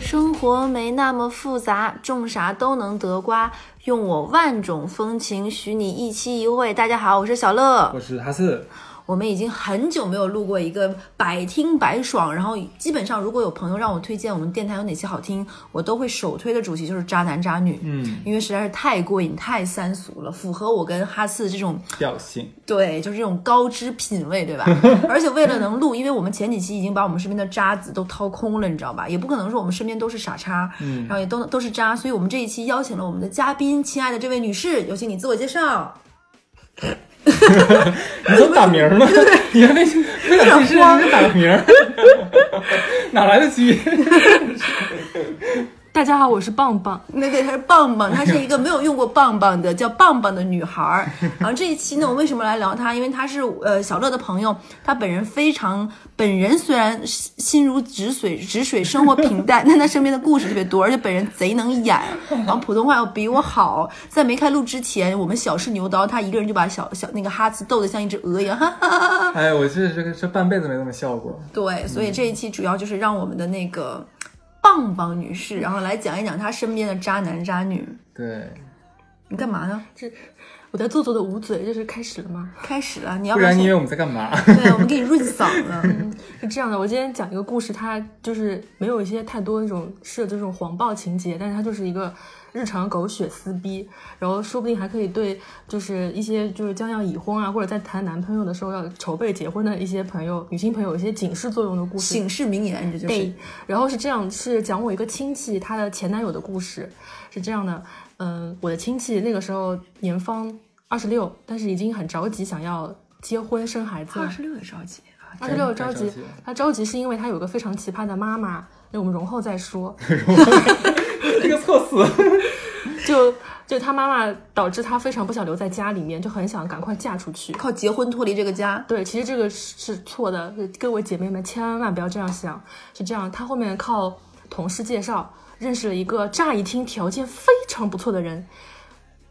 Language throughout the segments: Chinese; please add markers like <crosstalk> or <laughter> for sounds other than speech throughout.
生活没那么复杂，种啥都能得瓜。用我万种风情，许你一期一会。大家好，我是小乐。我是哈斯，我们已经很久没有录过一个百听百爽，然后基本上如果有朋友让我推荐我们电台有哪些好听，我都会首推的主题就是渣男渣女，嗯，因为实在是太过瘾、太三俗了，符合我跟哈斯这种调性，对，就是这种高知品味，对吧？ <laughs> 而且为了能录，因为我们前几期已经把我们身边的渣子都掏空了，你知道吧？也不可能说我们身边都是傻叉，嗯然后也都都是渣，所以我们这一期邀请了我们的嘉宾，亲爱的这位女士，有请你自我介绍。你怎么打名儿 <laughs> 呢？你还没没打提示，你就打个名儿，哪来的机遇？大家好，我是棒棒。那对，她是棒棒，她是一个没有用过棒棒的 <laughs> 叫棒棒的女孩儿。然后这一期呢，我为什么来聊她？因为她是呃小乐的朋友，她本人非常本人虽然心心如止水，止水生活平淡，但她身边的故事特别多，而且本人贼能演，然后普通话又比我好。在没开录之前，我们小试牛刀，她一个人就把小小那个哈茨逗得像一只鹅一样， <laughs> 哈哈哈哈。 <laughs> 哎，我这这个这半辈子没这么笑过。对，所以这一期主要就是让我们的那个棒棒女士，然后来讲一讲她身边的渣男渣女。对，你干嘛呢？这我在做作的捂嘴，这是开始了吗？开始了，你要不不要然先你以为我们在干嘛？对，啊我们给你润嗓 <laughs> 了。嗯是这样的，我今天讲一个故事，它就是没有一些太多那种设置这种黄暴情节，但是它就是一个日常狗血撕逼，然后说不定还可以对就是一些就是将要已婚啊，或者在谈男朋友的时候要筹备结婚的一些朋友、女性朋友有一些警示作用的故事。警示名言，你这就是。然后是这样，是讲我一个亲戚她的前男友的故事，是这样的，嗯，我的亲戚那个时候年方二十六，但是已经很着急想要结婚生孩子了，六也着急啊，二十六着着急急了，他着急是因为他有个非常奇葩的妈妈，那我们容后再说。 <laughs> 这个错死。就就他妈妈导致他非常不想留在家里面，就很想赶快嫁出去。靠结婚脱离这个家。对，其实这个是是错的，各位姐妹们千万不要这样想。是这样，他后面靠同事介绍认识了一个乍一听条件非常不错的人，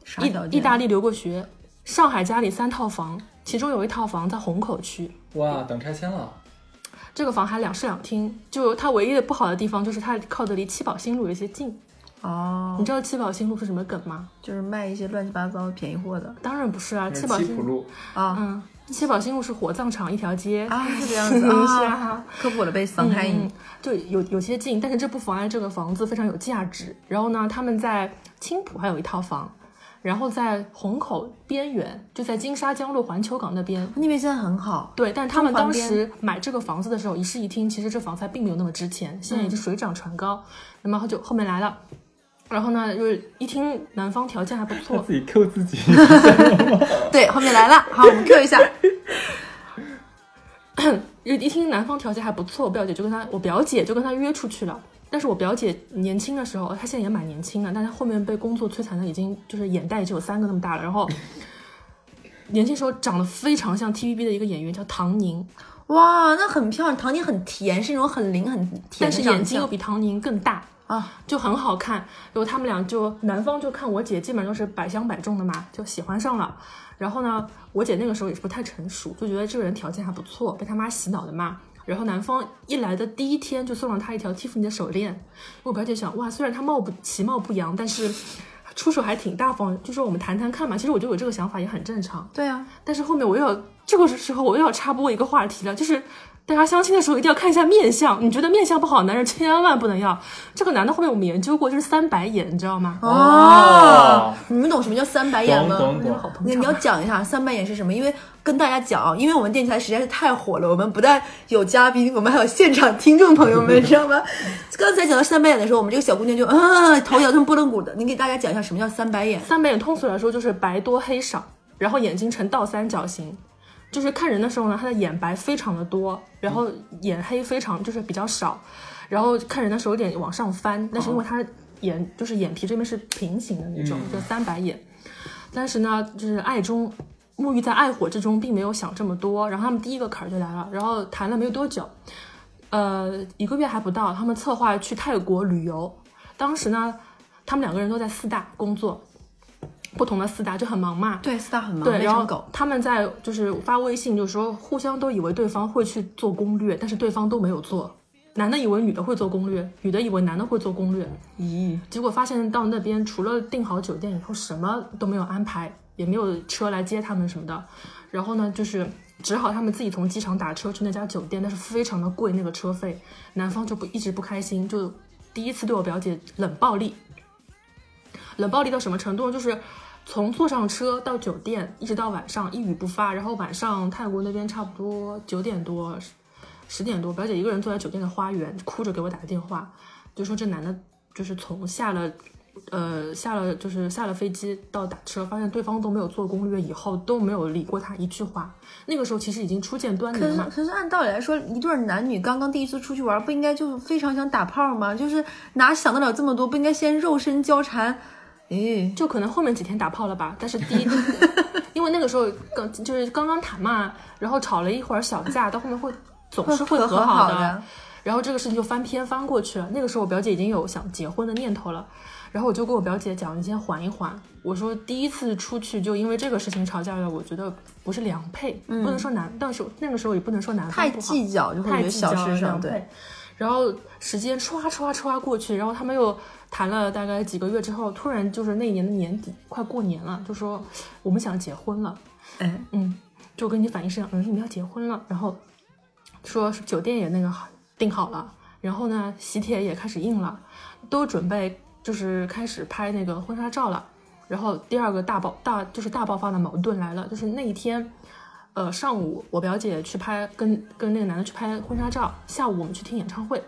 啥条意件意大利留过学，上海家里三套房，其中有一套房在虹口区。哇，等拆啊迁了。这个房还两室两厅，就它唯一的不好的地方就是它靠得离七宝新路有些近。哦你，知道七宝新路是什么梗吗？就是卖一些乱七八糟的便宜货的当然不是啊，七宝七新浦路，路，啊嗯，七宝新路是火葬场一条街。啊，是这样子哎 <laughs> 是啊 <laughs> 啊，科普了被伤害嗯你。，就有有些近，但是这不妨碍这个房子非常有价值。然后呢，他们在青浦还有一套房，然后在虹口边缘，就在金沙江路环球港那边。那边现在很好，对，但他们当中时买这个房子的时候，一室一厅，其实这房子还并没有那么值钱，现在已经水涨船高。那么就后面来了，然后呢，就是一听男方条件还不错，自己 Q 自己。对，后面来了，好，我们 Q 一下，一一听男方条件还不错，我表姐就跟他，我表姐就跟他约出去了。但是我表姐年轻的时候，她现在也蛮年轻的，但她后面被工作摧残的已经就是眼袋只有三个那么大了。然后年轻时候长得非常像 TVB 的一个演员叫唐宁，哇，那很漂亮，唐宁很甜，是那种很灵很甜的但是长相，眼睛又比唐宁更大，啊，就很好看。然后他们俩就男方就看我姐，基本上都是百相百中的嘛，就喜欢上了。然后呢，我姐那个时候也是不太成熟，就觉得这个人条件还不错，被他妈洗脑的嘛。然后男方一来的第一天就送了她一条蒂芙尼的手链，我表姐想，哇，虽然她貌不其貌不扬，但是出手还挺大方，就说我们谈谈看嘛。其实我觉得我这个想法也很正常，对啊，但是后面我又要这个时候我又要插播一个话题了，就是大家相亲的时候一定要看一下面相，你觉得面相不好，男人千万不能要。这个男的后面我们研究过，就是三白眼，你知道吗？哦，你们懂什么叫三白眼懂吗？懂那个好懂。膨那胀你要讲一下三白眼是什么？因为跟大家讲，因为我们电台实在是太火了，我们不但有嘉宾，我们还有现场听众朋友们，知 <laughs> 道吗？刚才讲到三白眼的时候，我们这个小姑娘就啊，头摇成拨浪鼓的。你给大家讲一下什么叫三白眼？三白眼通俗来说就是白多黑少，然后眼睛呈倒三角形。就是看人的时候呢，他的眼白非常的多，然后眼黑非常就是比较少，然后看人的时候有点往上翻，但是因为他眼就是眼皮这边是平行的那种，就三白眼。但是呢，就是爱中沐浴在爱火之中，并没有想这么多。然后他们第一个坎儿就来了，然后谈了没有多久，呃，一个月还不到，他们策划去泰国旅游。当时呢，他们两个人都在四大工作，不同的四大就很忙嘛。对，四大很忙，对，非然常后狗。他们在就是发微信，就说互相都以为对方会去做攻略，但是对方都没有做。男的以为女的会做攻略，女的以为男的会做攻略，咦，结果发现到那边除了订好酒店以后，什么都没有安排，也没有车来接他们什么的。然后呢，就是只好他们自己从机场打车去那家酒店，但是非常的贵那个车费。男方就不一直不开心，就第一次对我表姐冷暴力。冷暴力到什么程度呢？就是从坐上车到酒店，一直到晚上一语不发。然后晚上泰国那边差不多九点多、十点多，表姐一个人坐在酒店的花园，哭着给我打个电话，就说这男的就是从下了。呃，下了就是下了飞机到打车，发现对方都没有做攻略，以后都没有理过他一句话。那个时候其实已经初见端倪可了是嘛，可是按道理来说，一对男女刚刚第一次出去玩，不应该就非常想打炮吗？就是哪想得了这么多？不应该先肉身交缠？诶、就可能后面几天打炮了吧。但是第 <laughs> 一，因为那个时候刚就是刚刚谈嘛，然后吵了一会儿小架，到后面会总是会和和好好的。。然后这个事情就翻篇翻过去了。那个时候我表姐已经有想结婚的念头了，然后我就跟我表姐讲，你先缓一缓。我说第一次出去就因为这个事情吵架了，我觉得不是良配，不能说男，但是那个时候也不能说男方太不好计较就会嗯太觉得计较小了事良上配对。然后时间唰唰唰过去，然后他们又谈了大概几个月之后，突然就是那一年的年底，快过年了，就说我们想结婚了。哎，嗯，就跟你反映是，嗯，你们要结婚了，然后说酒店也那个好订好了，然后呢，喜帖也开始印了，都准备就是开始拍那个婚纱照了。然后第二个大爆大就是大爆发的矛盾来了，就是那一天，呃，上午我表姐去拍跟跟那个男的去拍婚纱照，下午我们去听演唱会，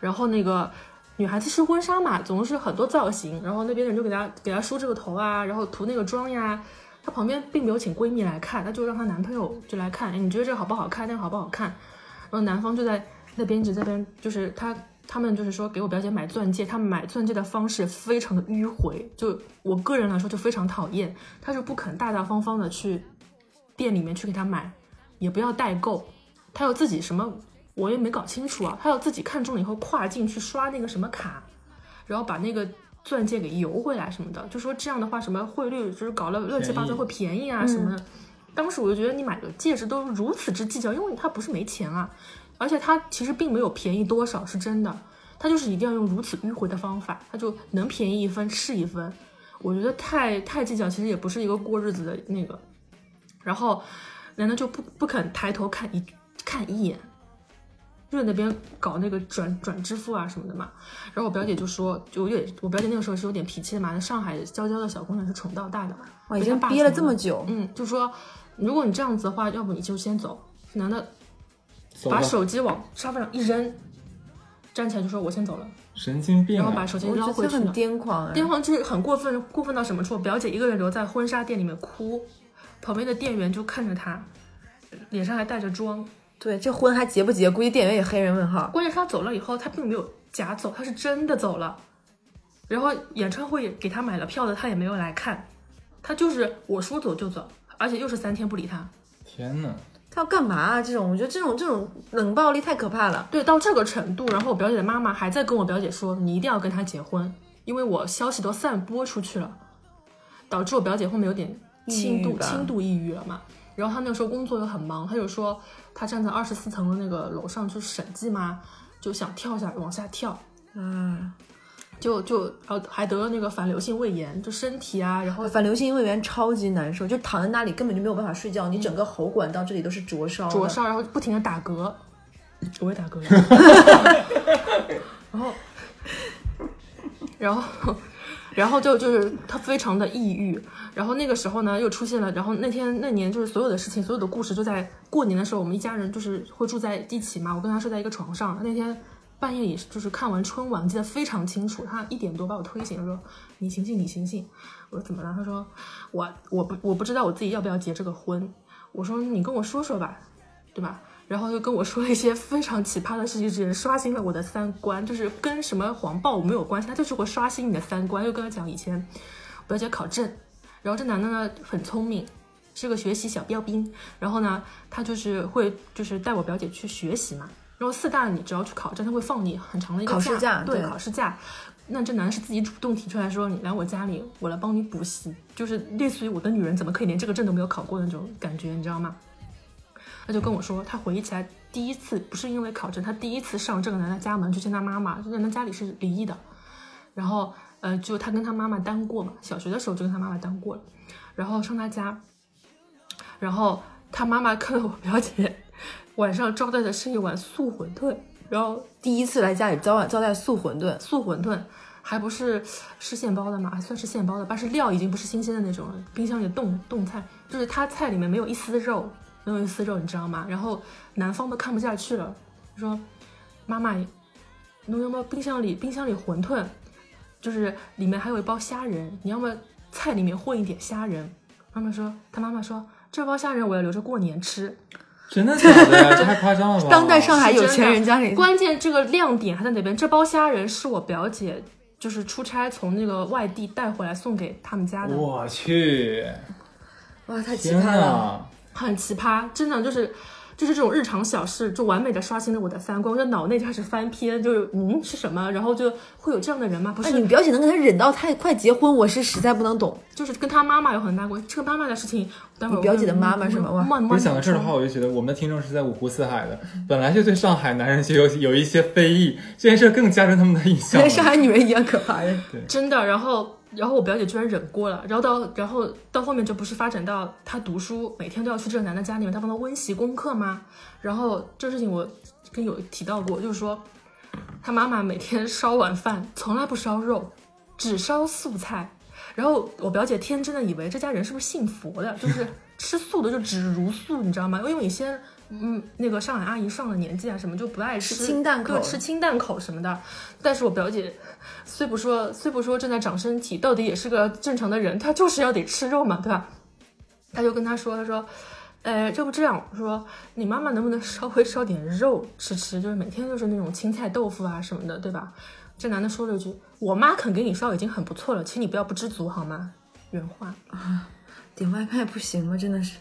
然后那个女孩子试婚纱嘛，总是很多造型，然后那边人就给她给她梳这个头啊，然后涂那个妆呀。她旁边并没有请闺蜜来看，她就让她男朋友就来看，哎，你觉得这个好不好看？那个好不好看？然后男方就在那边一直在那边，就是他他们就是说给我表姐买钻戒，他们买钻戒的方式非常的迂回，就我个人来说就非常讨厌，他就不肯大大方方的去店里面去给她买，也不要代购，他要自己什么我也没搞清楚啊，他要自己看中了以后跨境去刷那个什么卡，然后把那个。钻戒给邮回来什么的，就说这样的话，什么汇率就是搞了乱七八便宜糟嗯会便宜啊什么的。当时我就觉得你买个戒指都如此之计较，因为他不是没钱啊，而且他其实并没有便宜多少，是真的，他就是一定要用如此迂回的方法，他就能便宜一分是一分。我觉得太太计较，其实也不是一个过日子的那个。然后男的就不不肯抬头看一看一眼，就在那边搞那个转转支付啊什么的嘛。然后我表姐就说，就有点，我表姐那个时候是有点脾气的嘛，上海娇娇的小姑娘是宠到大的，我已被她经爸憋了宠这么久，嗯，就说如果你这样子的话，要不你就先走。男的走吧把，手机往沙发上一扔，站起来就说：“我先走了。神经”病然后把啊！手机我觉捞得回这去很了。癫狂哎、癫狂就是很过分，过分到什么处？我表姐一个人留在婚纱店里面哭，旁边的店员就看着她，脸上还带着妆。对，这婚还结不结？估计店员也黑人问号。关键是她走了以后，她并没有假走，她是真的走了。然后演唱会也给她买了票的，她也没有来看，她就是我说走就走，而且又是三天不理她。天哪，他要干嘛啊？这种我觉得这种这种冷暴力太可怕了。对，到这个程度，然后我表姐的妈妈还在跟我表姐说，你一定要跟他结婚，因为我消息都散播出去了，导致我表姐后面有点轻抑郁度吧轻度抑郁了嘛。然后她那个时候工作又很忙，她就说她站在二十四层的那个楼上去审计嘛，就想跳下往下跳，嗯，就就然后还得了那个反流性胃炎，就身体啊，然后反流性胃炎超级难受，就躺在那里根本就没有办法睡觉，你整个喉管到这里都是灼烧的。灼烧，然后不停的打嗝，我也打嗝了， <laughs> 然后， <laughs> 然后，然后就就是他非常的抑郁，然后那个时候呢又出现了，然后那天那年就是所有的事情，所有的故事就在过年的时候，我们一家人就是会住在一起嘛，我跟他睡在一个床上，那天。半夜也是，就是看完春晚，记得非常清楚。他一点多把我推醒，他说：“你醒醒，你醒醒。”我说：“怎么了？”他说：“我我不我不知道我自己要不要结这个婚。”我说：“你跟我说说吧。”对吧？然后又跟我说了一些非常奇葩的事情，只刷新了我的三观，就是跟什么黄暴没有关系，他就是会刷新你的三观。又跟他讲以前表姐考证，然后这男的呢很聪明，是个学习小标兵，然后呢他就是会就是带我表姐去学习嘛。然后四大你只要去考证，他会放你很长的一个考试假对对考试假。那这男的是自己主动提出来说，你来我家里，我来帮你补习，就是类似于我的女人怎么可以连这个证都没有考过那种感觉，你知道吗？他就跟我说，他回忆起来第一次不是因为考证，他第一次上这个男的家门去见他妈妈，就人家家里是离异的，然后呃，就他跟他妈妈单过嘛，小学的时候就跟他妈妈单过了，然后上他家，然后他妈妈看到我表姐 <laughs> 晚上招待的是一碗素馄饨，然后第一次来家里招待招待素馄饨，素馄饨还不是是现包的嘛，还算是现包的，但是料已经不是新鲜的那种了，冰箱里冻冻菜，就是它菜里面没有一丝肉，没有一丝肉，你知道吗？然后南方都看不下去了，说妈妈，侬要么冰箱里冰箱里馄饨，就是里面还有一包虾仁，你要么菜里面混一点虾仁。妈妈说，他妈妈说这包虾仁我要留着过年吃。真的假的呀？这太夸张了吧？当代上海有钱人家里关键这个亮点还在哪边？这包虾仁是我表姐就是出差从那个外地带回来送给他们家的，我去，哇，太奇天葩啊了！呐！很奇葩，真的就是。就是这种日常小事，就完美的刷新了我的三观，我就脑内就开始翻篇，就是嗯是什么，然后就会有这样的人吗？不哎，是，你表姐能跟他忍到太快结婚，我是实在不能懂。就是跟他妈妈有很大关系。这个妈妈的事情，待会儿嗯你表姐的妈妈是吗哇慢不慢是想到这儿的话，我就觉得我们的听众是在五湖四海的，本来就对上海男人就有有一些非议，这件事更加深他们的印象跟 <laughs> 了。上海女人一样可怕 <laughs> 人。真的。然后，然后我表姐居然忍过了，然后到，然后到后面就不是发展到她读书，每天都要去这个男的家里面，她帮他温习功课吗？然后这事情我跟有提到过，就是说她妈妈每天烧晚饭，从来不烧肉，只烧素菜。然后我表姐天真的以为这家人是不是信佛的，就是吃素的就只茹素，你知道吗？因为有一些嗯，那个上海阿姨上了年纪啊，什么就不爱吃吃清淡口对，吃清淡口什么的。但是我表姐虽不说虽不说正在长身体，到底也是个正常的人，她就是要得吃肉嘛，对吧？她就跟她说，她说。呃，要不这样，我说你妈妈能不能稍微烧点肉吃吃，就是每天就是那种青菜豆腐啊什么的，对吧？这男的说了一句：“我妈肯给你烧已经很不错了，请你不要不知足好吗？”原话点外卖不行吗？真的 <laughs> 是。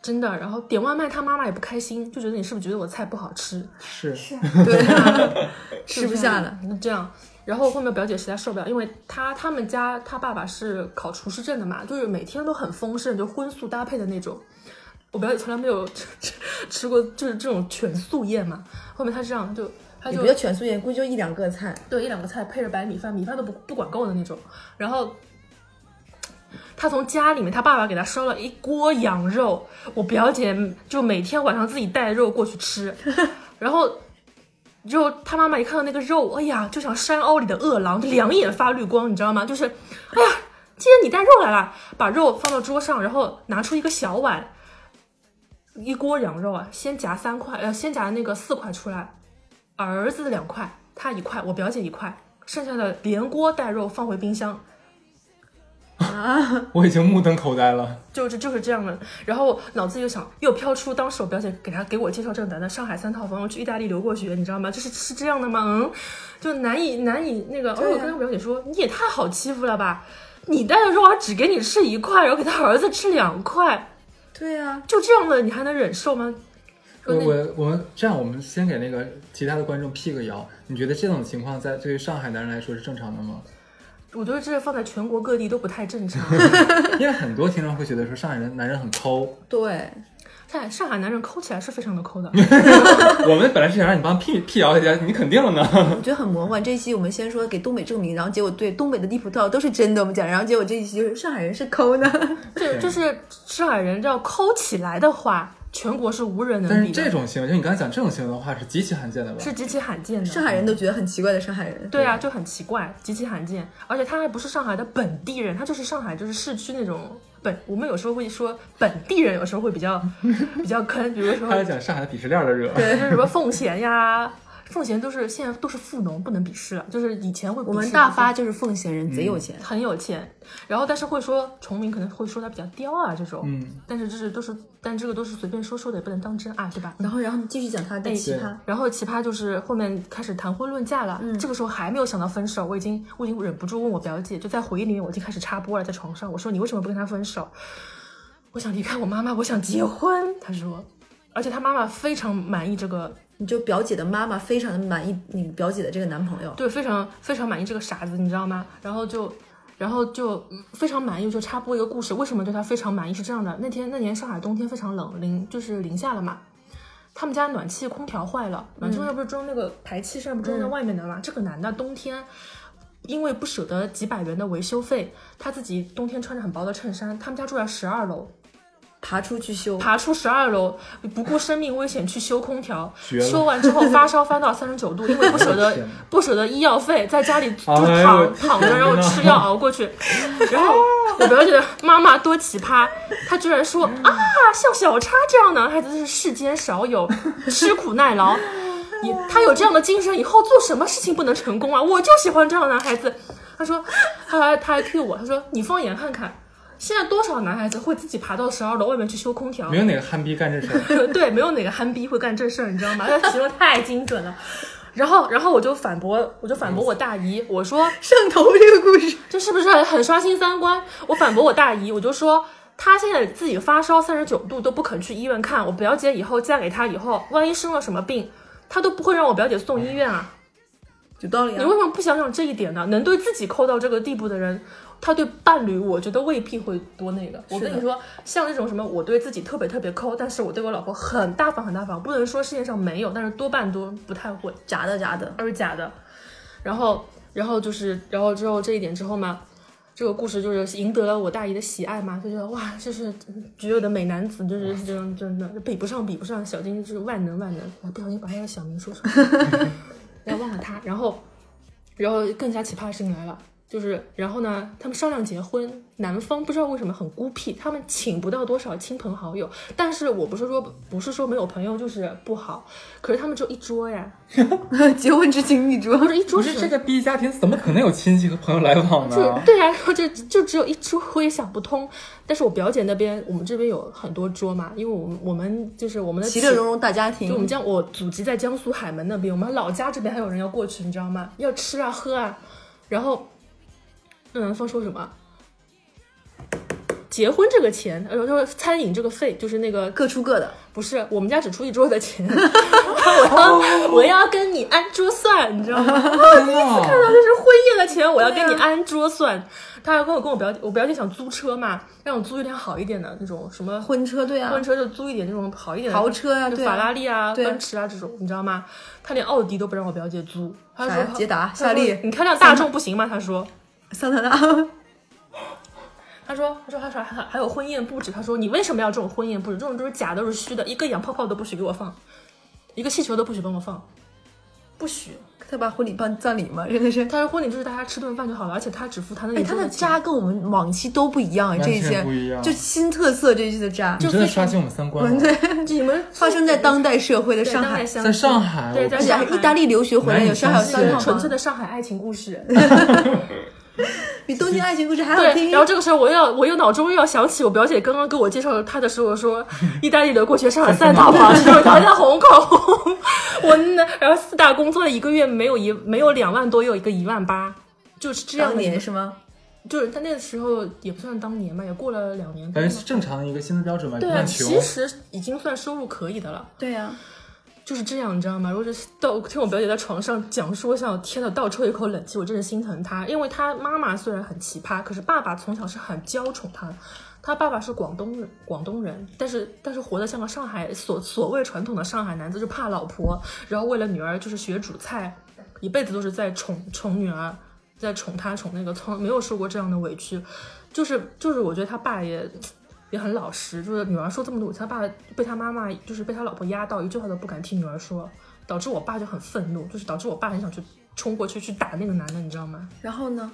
真的。然后点外卖，他妈妈也不开心，就觉得你是不是觉得我菜不好吃，是 <laughs> 对，啊吃不下了。。那这样，然后后面表姐实在受不了，因为她他们家她爸爸是考厨师证的嘛，就是每天都很丰盛，就荤素搭配的那种。我表姐从来没有吃吃吃过就是这种全素宴嘛。后面她这样就她也就不叫全素宴，估计就一两个菜。对，一两个菜配着白米饭，米饭都不不管够的那种。然后他从家里面，他爸爸给他烧了一锅羊肉，我表姐就每天晚上自己带肉过去吃，然后。肉，他妈妈一看到那个肉，哎呀，就像山凹里的饿狼，两眼发绿光，你知道吗？就是，哎呀，今天你带肉来了，把肉放到桌上，然后拿出一个小碗，一锅羊肉啊，先夹三块，呃，先夹那个四块出来，儿子两块，他一块，我表姐一块，剩下的连锅带肉放回冰箱，我已经目瞪口呆了。就是就是这样的。然后脑子又想，又飘出当时我表姐给他给我介绍这个男的，上海三套房，去意大利留过学，你知道吗？就是是这样的吗？嗯，就难以难以那个。而且哦我跟他表姐说，你也太好欺负了吧。你带的肉还只给你吃一块，然后给他儿子吃两块，对啊，就这样的你还能忍受吗？我说那我我们这样，我们先给那个其他的观众辟个谣，你觉得这种情况在对于上海男人来说是正常的吗？ <laughs> 我觉得这放在全国各地都不太正常。 <laughs> 因为很多听众会觉得说上海人男人很抠，对，在上海男人抠起来是非常的抠的，我们本来是想让你帮辟辟谣一下，你肯定了呢。我 <laughs> 觉得很魔幻。这一期我们先说给东北证明，然后结果对东北的地普道都是真的，我们讲，然后结果这一期就是上海人是抠 <laughs> 呢。对，就是上海人要抠起来的话，全国是无人但能是比的，这种行为，就你刚才讲这种行为的话，是极其罕见的吧？是极其罕见上的。海人都觉得很奇怪的上海 <laughs> 人。对啊，就很奇怪，极其罕见，而且他还不是上海的本地人，他就是上海就是市区那种本。我们有时候会说本地人，有时候会比 <laughs> 较比较坑，比如说他在讲上海的鄙视链儿的惹。就是什么奉贤呀，奉贤都是现在都是富农，不能鄙视了，就是以前会我我们大发就是奉贤人，贼有钱。很有钱，然后但是会说崇明可能会说他比较刁啊这种，嗯，但是就是都是，但这个都是随便说说的，也不能当真啊，对吧？然后，然后你继续讲他的奇葩。然后奇葩就是后面开始谈婚论嫁了，这个时候还没有想到分手，我已经我已经忍不住问我表姐，就在回忆里面我已经开始插播了，在床上我说你为什么不跟他分手？我想离开我妈妈，我想结婚。她说，而且她妈妈非常满意这个，你就表姐的妈妈非常的满意你表姐的这个男朋友，对，非常非常满意这个傻子，你知道吗？然后就。然后就嗯非常满意，就插播一个故事。为什么对她非常满意？是这样的，那天那年上海冬天非常冷，零就是零下了嘛。他们家暖气空调坏了，暖气空调不是装那个排气扇，不装在外面的嘛？这个男的冬天。因为不舍得几百元的维修费，他自己冬天穿着很薄的衬衫，他们家住在十二楼，爬出去修，爬出十二楼，不顾生命危险去修空调， <laughs> 绝了修完之后发烧发到三十九度，因为不舍 <laughs> 得天哪不舍得医药费，在家里就 <laughs> 哎呦躺、我躺着，然后吃药熬过去。然后我表姐妈妈多奇葩，她居然说啊，像小叉这样的孩子是世间少有，吃苦耐劳。你他有这样的精神，以后做什么事情不能成功啊？我就喜欢这样的男孩子。他说，他还他还 Q 我，他说你放眼看看，现在多少男孩子会自己爬到十二楼外面去修空调没？有哪个憨逼干这事儿。 <laughs> 对，没有哪个憨逼会干这事儿，你知道吗？他形容太精准了。然后，然后我就反驳，我就反驳我大姨，我说 <laughs> 上头这个故事，这是不是很刷新三观？我反驳我大姨，我就说她现在自己发烧三十九度都不肯去医院看，我表姐以后嫁给她以后，万一生了什么病，她都不会让我表姐送医院啊。有道理 <laughs> 你啊为。什么不想想这一点呢？能对自己抠到这个地步的人，他对伴侣，我觉得未必会多那个。我是的跟你说，像那种什么，我对自己特别特别抠，但是我对我老婆很大方很大方，不能说世界上没有，但是多半都不太会。假的假的，二是假的。然后，然后就是，然后之后这一点之后嘛，这个故事就是赢得了我大姨的喜爱嘛，就觉得哇，这是绝有的美男子，就是这样真的比不上比不上，小金就是万能万能，我不小心把他的小名说出来 <laughs> 了，哎，忘了他。然后，然后更加奇葩的事情来了。就是，然后呢，他们商量结婚，男方不知道为什么很孤僻，他们请不到多少亲朋好友。但是我不是说不是说没有朋友就是不好，可是他们只有一桌呀，结婚之情一桌不。是一桌不是是这个逼家庭怎么可能有亲戚和朋友来往就呢？对啊，然后就就只有一桌，我也想不通。但是我表姐那边，我们这边有很多桌嘛，因为我们我们就是我们的其起乐融融大家就我庭们，江，我祖籍在江苏海门那边，我们老家这边还有人要过去，你知道吗？要吃啊喝啊，然后，嗯，方说什么？结婚这个钱，呃，就是餐饮这个费，就是那个各出各的。不是，我们家只出一桌的钱， <laughs> 我要我要跟你按桌算，你知道吗？天呐，这是婚宴的钱，我要跟你啊按桌算。他还跟我跟我表姐，我表姐想租车嘛，让我租一辆好一点的那种什么婚婚车对啊，婚车，就租一点那种好一点的豪车呀、就对法拉啊，利啊、对啊奔驰啊这种，你知道吗？他连奥迪都不让我表姐租，他啥说呀捷达他说夏利你开辆大众不行吗？他说。桑塔纳，他说：“他说他说还还有婚宴布置。”他说：“你为什么要这种婚宴布置？这种都是假，都是虚的，一个洋泡泡都不许给我放，一个气球都不许帮我放，不许。他把婚礼办葬礼嘛，真的是。他说婚礼就是大家吃顿饭就好了，而且他只付他那哎，里他桌的的钱。渣跟我们往期都不一样，这一完些全不一样就新特色这一期的渣，你就真的刷新我们三观了。对， <laughs> 你们发生在当代社会的上海，在在上海对，我在而且还上是意大利利留学回来，有上海有三对套纯房粹，的上海爱情故事。比《东京爱情故事》还好对，听然。后这个时候我又要我又脑中又要想起我表姐刚刚给我介绍她的时候说，意大利留过学，上海三大房，然后她在红口， <laughs> 我那然后四大工作一个月没有一没有两万多，也有一个一万八。就是这样当的一年个，是吗？就是她那个时候也不算当年吧，也过了两年多反了正。是正常一个薪资标准吧，不对啊，算穷。其实已经算收入可以的了。对呀，就是这样，你知道吗？如果是到听我表姐在床上讲说，像天呐，倒抽一口冷气，我真的心疼她，因为她妈妈虽然很奇葩，可是爸爸从小是很娇宠她的。她爸爸是广东人，广东人，但是但是活得像个上海所所谓传统的上海男子，就怕老婆，然后为了女儿就是学煮菜，一辈子都是在宠宠女儿，在宠她宠那个，从没有受过这样的委屈，就是就是我觉得他爸也也很老实，就是女儿说这么多，他爸被他妈妈就是被他老婆压到，一句话都不敢听女儿说，导致我爸就很愤怒，就是导致我爸很想去冲过去去打那个男的，你知道吗？然后呢？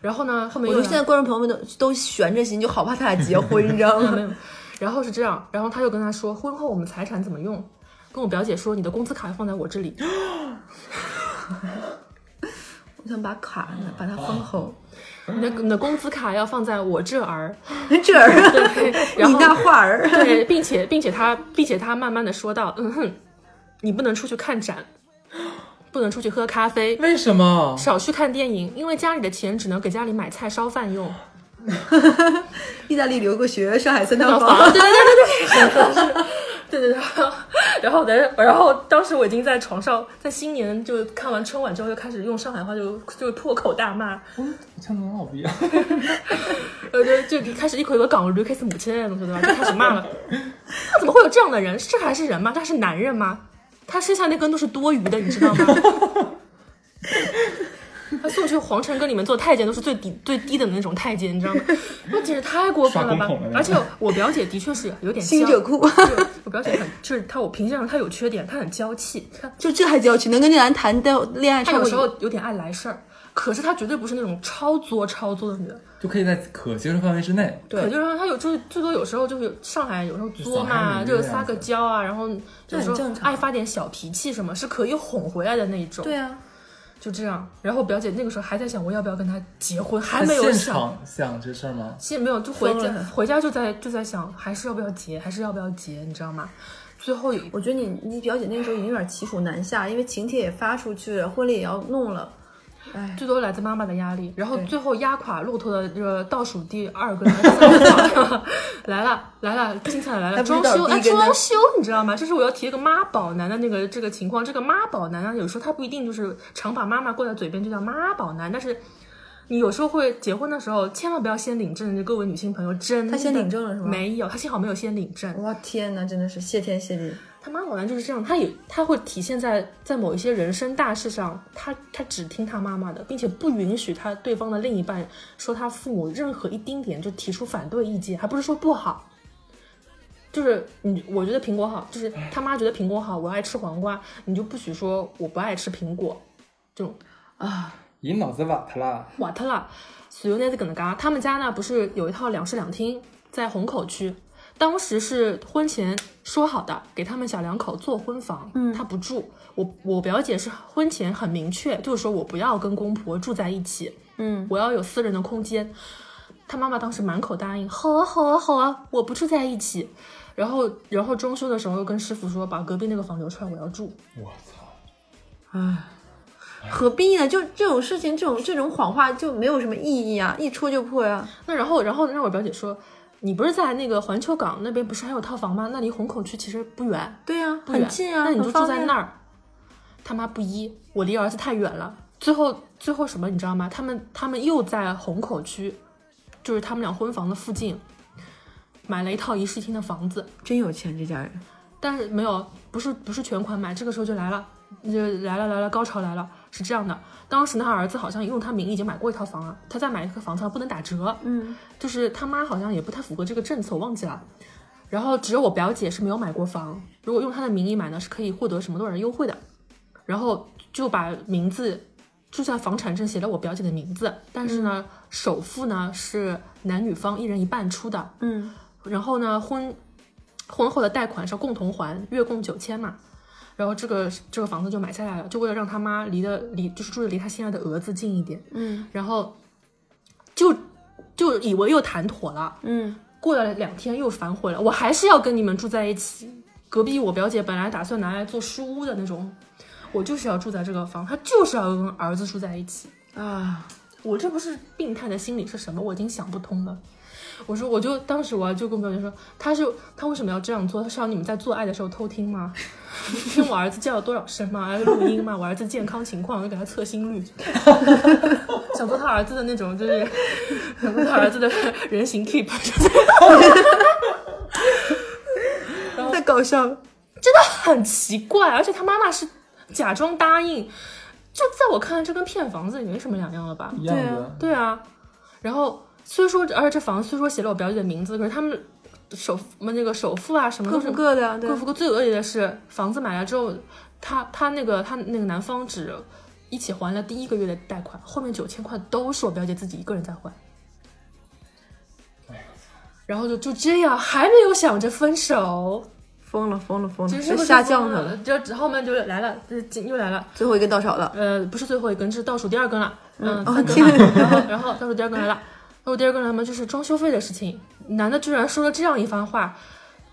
然后呢，后我面觉又得现在观众朋友们都都悬着心，就好怕他俩结婚，你知道没吗？ <laughs> 有，然后是这样，然后他就跟他说，婚后我们财产怎么用？跟我表姐说，你的工资卡放在我这里，我想把卡呢，把它啊封喉。你的你的工资卡要放在我这儿。 <laughs> 这儿，对，<laughs> 然你后那画儿，对，并且并且他并且他慢慢的说道，嗯哼，你不能出去看展，不能出去喝咖啡，为什么？少去看电影，因为家里的钱只能给家里买菜烧饭用。意大利留过学，上海三套房，房，对对对对对，对对对。 <laughs> 然后我在这，然后当时我已经在床上，在新年就看完春晚之后，就开始用上海话就就破口大骂，我像跟老逼一样， <laughs> 呃，就就开始一口一个港语，就开始母亲，我说对吧？就开始骂了。怎么会有这样的人？这还是人吗？他是男人吗？他身下那根都是多余的，你知道吗？他送去皇城跟里面做太监都是最低最低等的那种太监，你知道吗？那简直太过分了吧耍公！公的而且我表姐的确是有点新娇者酷，对我表姐很，就是她，我评价上她有缺点，她很娇气，她 <laughs> 就这还娇气，能跟这男谈的恋爱她超有过时候有点爱来事儿，可是她绝对不是那种超作超作的女人，就可以在可接受范围之内。对可就是说她有就是最多有时候就是上海有时候作撒嘛，海就这样撒个子娇啊，然后有时这很候正常爱发点小脾气什么，是可以哄回来的那一种，对啊，就这样。然后我表姐那个时候还在想我要不要跟她结婚，还在没有现想。场想这事儿吗？其实没有，就回疯家了回家就在就在想，还是要不要结，还是要不要结，你知道吗？最后有我觉得你你表姐那个时候已经有点骑虎难下，因为请帖也发出去了，婚礼也要弄了，哎，最多来自妈妈的压力，然后对最后压垮骆驼的这个倒数第 <laughs> 二根还是三根来了来了，精彩来了！还不装知道修哎，第一根呢装修，你知道吗？这是我要提一个妈宝男的那个这个情况。这个妈宝男呢，啊有时候他不一定就是常把妈妈挂在嘴边，就叫妈宝男，但是你有时候会结婚的时候，千万不要先领证。就各位女性朋友，真的他先领证了是吗没有，他幸好没有先领证。我天哪，真的是谢天谢地，他妈宝男就是这样，他也他会体现在在某一些人生大事上，他他只听他妈妈的，并且不允许他对方的另一半说他父母任何一丁点就提出反对意见，还不是说不好，就是你我觉得苹果好，就是他妈觉得苹果好，我爱吃黄瓜，你就不许说我不爱吃苹果，这种你脑子瓦特了，瓦特了，所以那次梗的嘎。他们家呢不是有一套两室两厅在虹口区，当时是婚前说好的，给他们小两口做婚房，嗯，他不住。我我表姐是婚前很明确，就是说我不要跟公婆住在一起，嗯，我要有私人的空间。他妈妈当时满口答应，好啊好啊好啊，我不住在一起。然后然后装修的时候又跟师傅说，把隔壁那个房留出来，我要住。我操！何必呢？就这种事情，这种这种谎话就没有什么意义啊，一戳就破呀、那然后，然后让我表姐说，你不是在那个环球港那边不是还有套房吗？那离虹口区其实不远，对呀、不远很近啊，那你就很住方在便那儿。他妈不依，我离儿子太远了。最后，最后什么你知道吗？他们他们又在虹口区，就是他们俩婚房的附近，买了一套一室一厅的房子。真有钱这家人，但是没有，不是不是全款买，这个时候就来了，就来了来了，高潮来了，是这样的，当时呢他儿子好像用他名义已经买过一套房了，他再买一个房子不能打折，嗯，就是他妈好像也不太符合这个政策，我忘记了。然后只有我表姐是没有买过房，如果用她的名义买呢，是可以获得什么多少优惠的。然后就把名字就在房产证写了我表姐的名字，但是呢，首付呢是男女方一人一半出的，嗯，然后呢，婚婚后的贷款是要共同还，月供九千嘛。然后这个这个房子就买下来了，就为了让他妈离得离就是住的离他心爱的儿子近一点。嗯然后就就以为又谈妥了，嗯，过了两天又反悔了，我还是要跟你们住在一起。隔壁我表姐本来打算拿来做书屋的那种，我就是要住在这个房，她就是要跟儿子住在一起。啊，我这不是病态的心理是什么？我已经想不通了。我说，我就当时我就跟我表姐说，他是他为什么要这样做？他是让你们在做爱的时候偷听吗？ <laughs> 听我儿子叫了多少声吗？还录音吗？我儿子健康情况，我就给他测心率， <laughs> 想做他儿子的那种，就是想做他儿子的人形 keep，太搞笑了，很奇怪。而且他妈妈是假装答应，就在我看来，这跟骗房子也没什么两样了吧？一样对的啊，对啊，然后虽说，而且这房子虽说写了我表姐的名字，可是他们首那个首付啊什么各都是付各的啊，对各付各。最恶劣的是，房子买了之后，他他那个他那个男方只一起还了第一个月的贷款，后面九千块都是我表姐自己一个人在还。哎然后就就这样，还没有想着分手，疯了疯了疯了，真是这下降他了，了，就后面就来了，这又来了，最后一根稻草了，呃，不是最后一根，是倒数第二根了，嗯，哦三根了，然后 <laughs> 然后倒数第二根来了，倒数第二根来嘛，就是装修费的事情，男的居然说了这样一番话，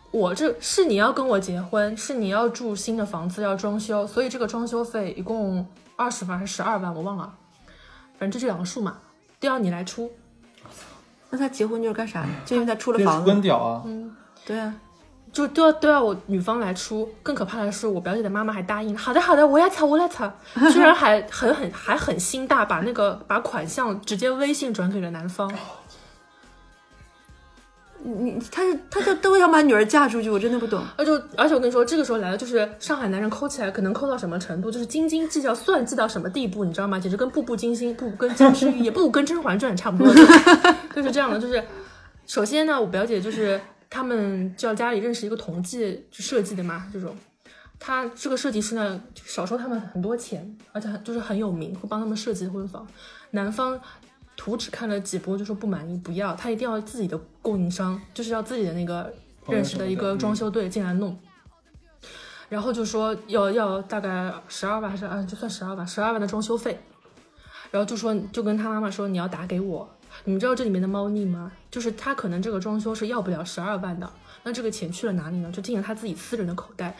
我这是你要跟我结婚，是你要住新的房子，要装修，所以这个装修费一共二十万还是十二万，我忘了，反正就这两个数嘛，都要你来出，啊那他结婚就是干啥呢？就因为他出了这房是官嗯子，屌啊！对啊，就都要都要我女方来出。更可怕的是，我表姐的妈妈还答应，好的好的，我来操我来操，居然还很很还很心大，把那个把款项直接微信转给了男方。你你他是他就都想把女儿嫁出去，我真的不懂。而且而且我跟你说，这个时候来了，就是上海男人抠起来，可能抠到什么程度，就是斤斤计较，算计到什么地步，你知道吗？简直跟步步惊心，步步跟僵尸也不跟《甄嬛传》差不多，就是这样的。就是首先呢，我表姐就是他们叫家里认识一个同济就设计的嘛，这种。他这个设计师呢，就少收他们很多钱，而且很就是很有名，会帮他们设计婚房。男方图只看了几波就说不满意，不要，他一定要自己的供应商，就是要自己的那个朋友认识的一什么个嗯的嗯装修队进来弄。然后就说要要大概十二万还是啊，就算十二万，十二万的装修费。然后就说就跟他妈妈说你要打给我，你们知道这里面的猫腻吗？就是他可能这个装修是要不了十二万的，那这个钱去了哪里呢？就进了他自己私人的口袋。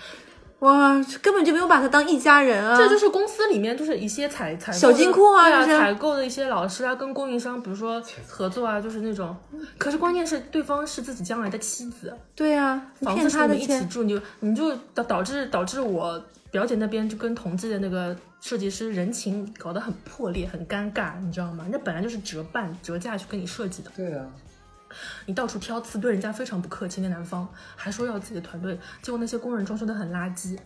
哇，根本就没有把她当一家人啊！这就是公司里面就是一些采采购的小金库啊对啊，这是采购的一些老师啊，跟供应商比如说合作啊，就是那种。可是关键是对方是自己将来的妻子，对呀、啊，你房骗子是她你的们一起钱，住，你就你就导导致导致我表姐那边就跟同济的那个设计师人情搞得很破裂，很尴尬，你知道吗？那本来就是折半折价去跟你设计的，对啊，你到处挑刺，对人家非常不客气。那男方还说要自己的团队，结果那些工人装修的很垃圾，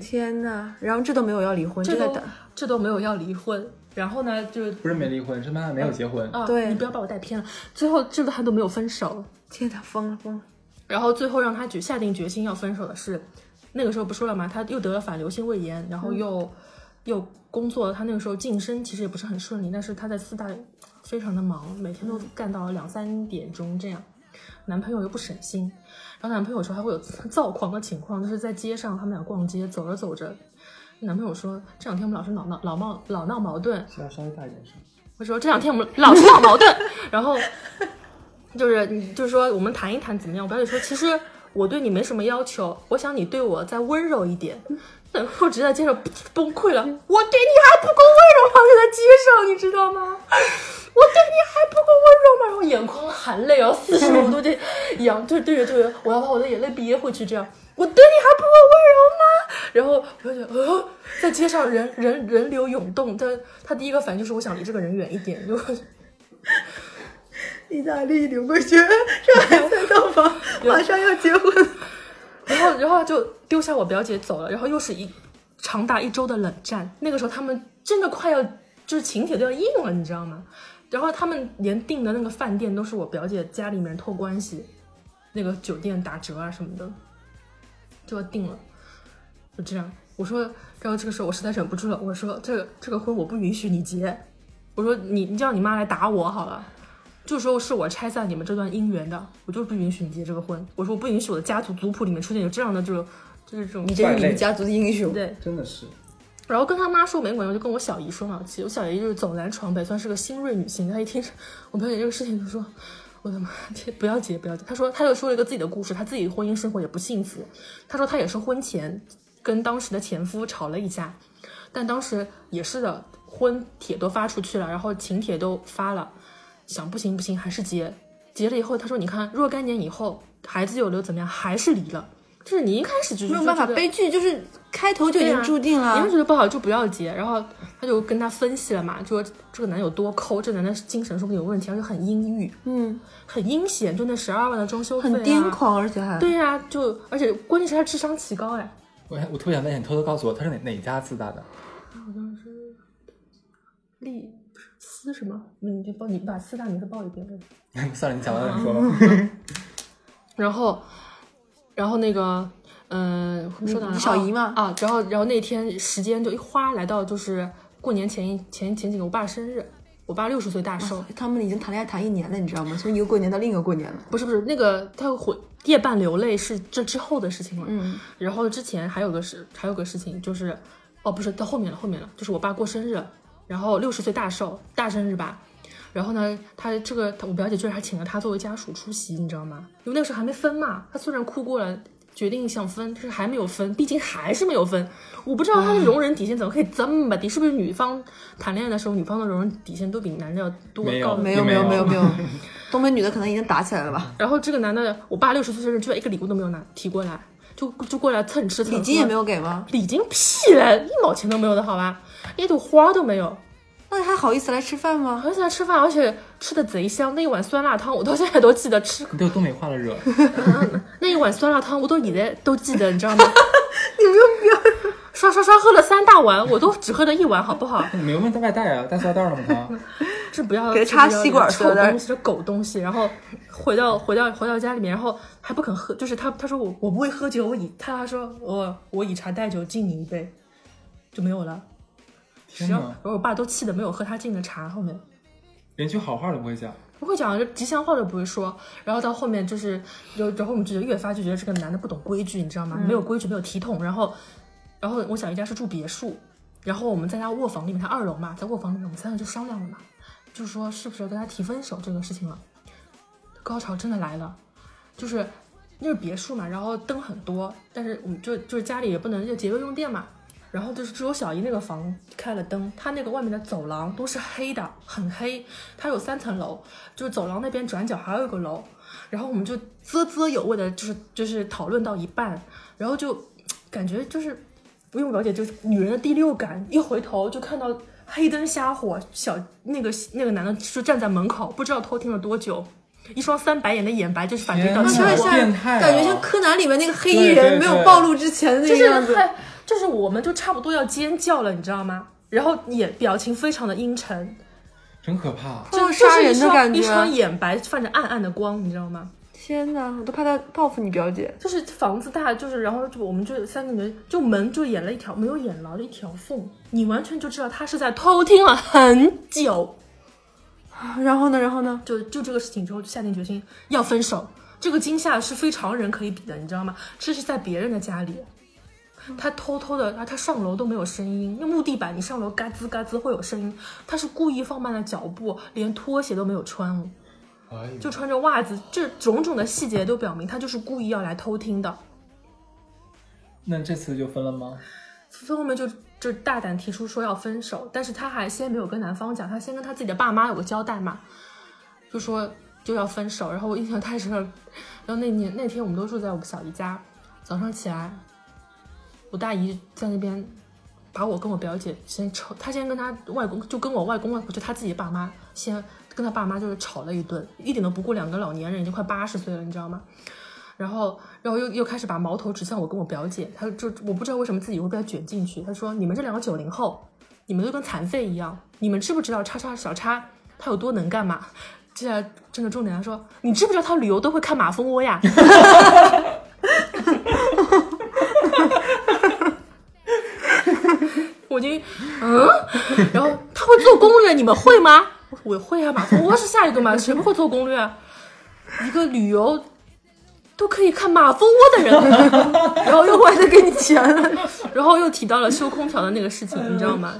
天哪！然后这都没有要离婚，这在都打。这都没有要离婚。然后呢，就是不是没离婚，是妈妈没有结婚。啊，对你不要把我带偏了。最后这个他都没有分手，天哪，疯了疯了！然后最后让他决下定决心要分手的是，那个时候不说了嘛，他又得了反流性胃炎，然后又、又工作，他那个时候晋升其实也不是很顺利，但是他在四大非常的忙，每天都干到两三点钟这样，男朋友又不省心，然后男朋友有时候还会有躁狂的情况，就是在街上他们俩逛街，走着走着。男朋友说：“这两天我们老是老闹老闹老闹矛盾，是要稍微大一点是吧？我说这两天我们老是闹矛盾，然后就是你就是说我们谈一谈怎么样？我表姐说，其实我对你没什么要求，我想你对我再温柔一点。然后直接在街上崩溃了，我对你还不够温柔吗？就在街上，你知道吗？我对你还不够温柔吗？然后眼眶含泪，然后四十五度的仰对对着对着，我要把我的眼泪憋回去，这样我对你还不够温柔吗？然后表姐呃，在街上人人人流涌动，他他第一个反应就是我想离这个人远一点，就意大利刘桂 <laughs> 轩上海菜刀房马上要结婚，然后然后就丢下我表姐走了，然后又是一长达一周的冷战。那个时候他们真的快要就是请帖都要硬了，你知道吗？然后他们连订的那个饭店都是我表姐家里面托关系，那个酒店打折啊什么的，就要订了，就这样。我说，然后这个时候我实在忍不住了，我说这个这个婚我不允许你结，我说你你叫你妈来打我好了。就说是我拆散你们这段姻缘的，我就不允许你结这个婚。我说我不允许我的家族族谱里面出现有这样的这种，就是这种你真是你败们类家族的英雄。对。真的是，然后跟他妈说没管用，就跟我小姨说嘛。其实我小姨就是走南闯北，算是个新锐女性。她一听我表姐这个事情，就说：“我的妈，天，不要结，不要结。”她说，她又说了一个自己的故事，她自己婚姻生活也不幸福。她说她也是婚前跟当时的前夫吵了一架，但当时也是的，婚帖都发出去了，然后请帖都发了，想不行不行，还是结。结了以后，她说：“你看若干年以后，孩子有了又怎么样？还是离了。”就是你一开始就没有办法，就觉得悲剧就是开头就已对经啊注定你要了。觉得不好就不要结。然后他就跟他分析了嘛，就说这个男有多抠，这男的精神说不定有问题，而且很阴郁，嗯，很阴险，就那十二万的装修费、啊，很癫。狂，而且还对啊呀、就而且关键是他智商奇高哎，我还我特别想问你，偷偷告诉我他是哪哪家自大的？利不是思什么？你就报你把四大名字报一遍。 <laughs> 算了，你讲完了你说吧。哦 <laughs> 然后，然后那个，嗯、说到哪你了小姨嘛啊，然后然后那天时间就一花来到就是过年前一前前几个我爸生日，我爸六十岁大寿，他们已经谈恋爱谈一年了，你知道吗？从一个过年到另一个过年了。不是不是，那个他回夜半流泪是这之后的事情了。嗯，然后之前还有个事，还有个事情就是，哦，不是到后面了，后面了，就是我爸过生日，然后六十岁大寿，大生日吧。然后呢，他这个他我表姐居然还请了他作为家属出席，你知道吗？因为那个时候还没分嘛，他虽然哭过了，决定想分，就是还没有分，毕竟还是没有嗯分。我不知道他的容忍底线怎么可以这么低，是不是女方谈恋爱的时候，女方的容忍底线都比男的要多没有高得多没有没没有有没有没有， <laughs> 东北女的可能已经打起来了吧？然后这个男的，我爸六十岁生日，居然一个礼物都没有拿提过来，就就过来蹭嗯吃蹭喝。礼金也没有给吗？礼金屁嘞，一毛钱都没有的好吧，一朵花都没有。那还好意思来吃饭吗？而且吃饭，而且吃的贼香，那一碗酸辣汤我到现在都记得 <laughs> 吃，嗯你都有东北话了惹， <laughs> 那一碗酸辣汤我都现在都记得，你 <laughs> 知道吗？你没有刷刷刷喝了三大碗，我都只喝了一碗，好不好？你没问他外带啊，带塑料袋了吗？他这不要给这他插不要吸管儿这似的臭东西，这狗东西。然后回到回到回到家里面，然后还不肯喝，就是他他说我我不会喝酒，我以他他说我我以茶代酒敬你一杯，就没有了。天然后哪然，后我爸都气的没有喝他敬的茶，后面连句好话都不会讲，不会讲，就吉祥话都不会说。然后到后面就是，就然后我们就觉得越发就觉得这个男的不懂规矩，你知道吗？没有规矩，没有体统。然后，然后我小姨家是住别墅，然后我们在他卧房里面，他二楼嘛，在卧房里面，我们三个就商量了嘛，就说是不是要跟他提分手这个事情了。高潮真的来了，就是那是别墅嘛，然后灯很多，但是我们就就是家里也不能就节约用电嘛。然后就是只有小姨那个房开了灯，她那个外面的走廊都是黑的，很黑。它有三层楼，就是走廊那边转角还有一个楼。然后我们就啧啧有味的，就是就是讨论到一半，然后就感觉就是不用了解，就是女人的第六感，一回头就看到黑灯瞎火，小那个那个男的就站在门口，不知道偷听了多久，一双三白眼的眼白就是反追到天那哪前有点面好像变态啊感觉像柯南里面那个黑衣对对人对没有暴露之前的那就个样是子。快，就是我们就差不多要尖叫了，你知道吗？然后眼表情非常的阴沉，真可怕。哦杀就就是人的一双感一觉啊双眼白泛着暗暗的光，你知道吗？天哪，我都怕他报复你表姐。就是房子大，就是然后就我们就三个人就门就演了一条没有演牢的一条缝，你完全就知道他是在偷听了很久。啊然后呢，然后呢？就就这个事情之后，就下定决心要分手。这个惊吓是非常人可以比的，你知道吗？这是在别人的家里，嗯他偷偷的，啊，他上楼都没有声音，那木地板你上楼嘎吱嘎吱会有声音，他是故意放慢了脚步，连拖鞋都没有穿哦，哎呦，就穿着袜子，这种种的细节都表明他就是故意要来偷听的。那这次就分了吗？分后面就就大胆提出说要分手，但是他还先没有跟男方讲，他先跟他自己的爸妈有个交代嘛，就说就要分手。然后我印象太深了，然后那年那天我们都住在我们小姨家，早上起来，我大姨在那边把我跟我表姐先吵，她先跟她外公就跟我外公外婆就她自己爸妈先跟她爸妈就是吵了一顿，一点都不顾两个老年人已经快八十岁了，你知道吗？然后，然后又又开始把矛头指向我跟我表姐，她就我不知道为什么自己会被她卷进去。她说：“你们这两个九零后，你们就跟残废一样，你们知不知道叉叉小叉他有多能干嘛？”接下来真的重点，她说：“你知不知道他旅游都会看马蜂窝呀？” <laughs> 我就嗯，然后他会做攻略，你们会吗？我会啊，马蜂窝是下一个嘛，谁不会做攻略啊？一个旅游都可以看马蜂窝的人，然后又过来再给你钱，然后又提到了修空调的那个事情，你知道吗？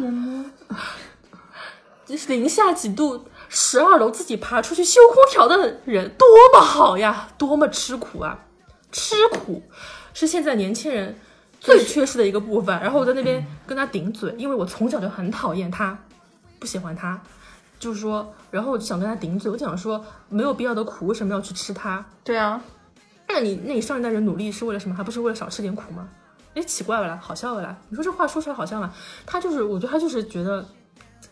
零下几度，十二楼自己爬出去修空调的人多么好呀，多么吃苦啊！吃苦是现在年轻人最缺失的一个部分。然后我在那边跟他顶嘴，因为我从小就很讨厌他，不喜欢他，就是说，然后我就想跟他顶嘴，我就想说没有必要的苦为什么要去吃它？对啊，那你那你上一代人努力是为了什么？还不是为了少吃点苦吗？哎，奇怪了啦，好笑了啦！你说这话说出来好笑吗？他就是，我觉得他就是觉得